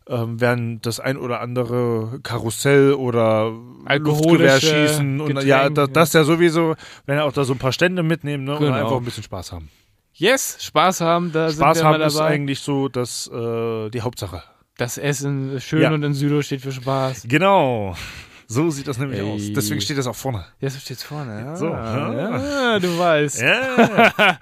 [SPEAKER 1] Ähm, werden das ein oder andere Karussell oder
[SPEAKER 2] Alkoholische
[SPEAKER 1] Luftgewehr schießen und
[SPEAKER 2] Getränke,
[SPEAKER 1] ja, das,
[SPEAKER 2] ja.
[SPEAKER 1] das ja sowieso, wenn auch da so ein paar Stände mitnehmen ne, und
[SPEAKER 2] Genau.
[SPEAKER 1] einfach ein bisschen Spaß haben.
[SPEAKER 2] Yes, Spaß haben,
[SPEAKER 1] Spaß
[SPEAKER 2] da sind wir
[SPEAKER 1] haben
[SPEAKER 2] immer
[SPEAKER 1] ist
[SPEAKER 2] dabei.
[SPEAKER 1] eigentlich so das, äh, die Hauptsache.
[SPEAKER 2] Das Essen ist schön
[SPEAKER 1] Ja.
[SPEAKER 2] und in Südo steht für Spaß.
[SPEAKER 1] Genau. So sieht das nämlich
[SPEAKER 2] Ey.
[SPEAKER 1] aus. Deswegen steht das auch
[SPEAKER 2] [LAUGHS]
[SPEAKER 1] vorne.
[SPEAKER 2] Jetzt steht's vorne. Ja,
[SPEAKER 1] So, ja.
[SPEAKER 2] ja, du weißt.
[SPEAKER 1] Ja.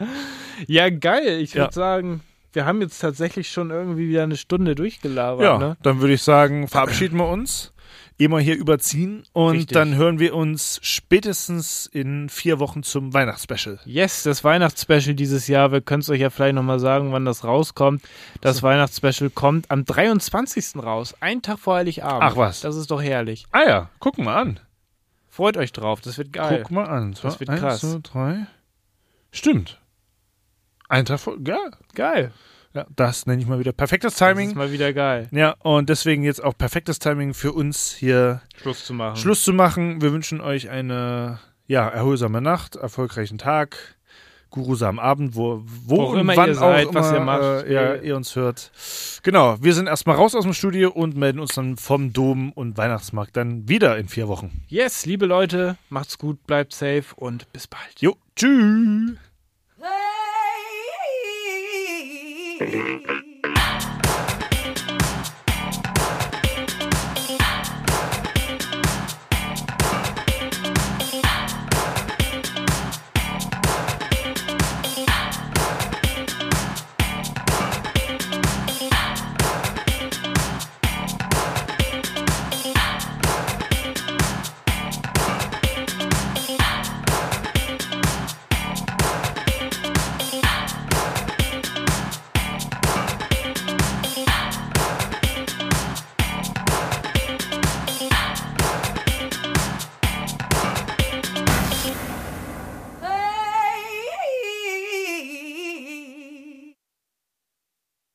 [SPEAKER 2] Ja, geil. Ich würde
[SPEAKER 1] Ja.
[SPEAKER 2] sagen, wir haben jetzt tatsächlich schon irgendwie wieder eine Stunde durchgelabert.
[SPEAKER 1] Ja,
[SPEAKER 2] Ne?
[SPEAKER 1] dann würde ich sagen, verabschieden wir uns. Immer hier überziehen und
[SPEAKER 2] Richtig.
[SPEAKER 1] dann hören wir uns spätestens in vier Wochen zum Weihnachtsspecial.
[SPEAKER 2] Yes, das Weihnachtsspecial dieses Jahr. Wir können es euch ja vielleicht nochmal sagen, wann das rauskommt. Das Weihnachtsspecial kommt am 23. raus. Einen Tag vor Heiligabend.
[SPEAKER 1] Ach was.
[SPEAKER 2] Das ist doch herrlich.
[SPEAKER 1] Ah ja, gucken wir an.
[SPEAKER 2] Freut euch drauf. Das wird geil.
[SPEAKER 1] Guck mal an.
[SPEAKER 2] Das wird
[SPEAKER 1] Eins,
[SPEAKER 2] krass.
[SPEAKER 1] zwei, drei. Stimmt. Ein Tag vor. Ja.
[SPEAKER 2] Geil.
[SPEAKER 1] ja, das nenne ich mal wieder perfektes
[SPEAKER 2] Das ist
[SPEAKER 1] Timing.
[SPEAKER 2] mal wieder geil.
[SPEAKER 1] Ja, und deswegen jetzt auch perfektes Timing für uns hier
[SPEAKER 2] Schluss zu machen.
[SPEAKER 1] Mhm. Schluss zu machen. Wir wünschen euch eine ja, erholsame Nacht, erfolgreichen Tag, Gurus am Abend, wo, wo
[SPEAKER 2] Wo auch
[SPEAKER 1] und
[SPEAKER 2] immer
[SPEAKER 1] wann
[SPEAKER 2] ihr seid,
[SPEAKER 1] auch
[SPEAKER 2] was
[SPEAKER 1] immer,
[SPEAKER 2] ihr macht.
[SPEAKER 1] Äh, ja, ihr uns hört. Genau, wir sind erstmal raus aus dem Studio und melden uns dann vom Dom und Weihnachtsmarkt dann wieder in vier Wochen.
[SPEAKER 2] Yes, liebe Leute, macht's gut, bleibt safe und bis bald.
[SPEAKER 1] Jo, tschüss.
[SPEAKER 3] Hey.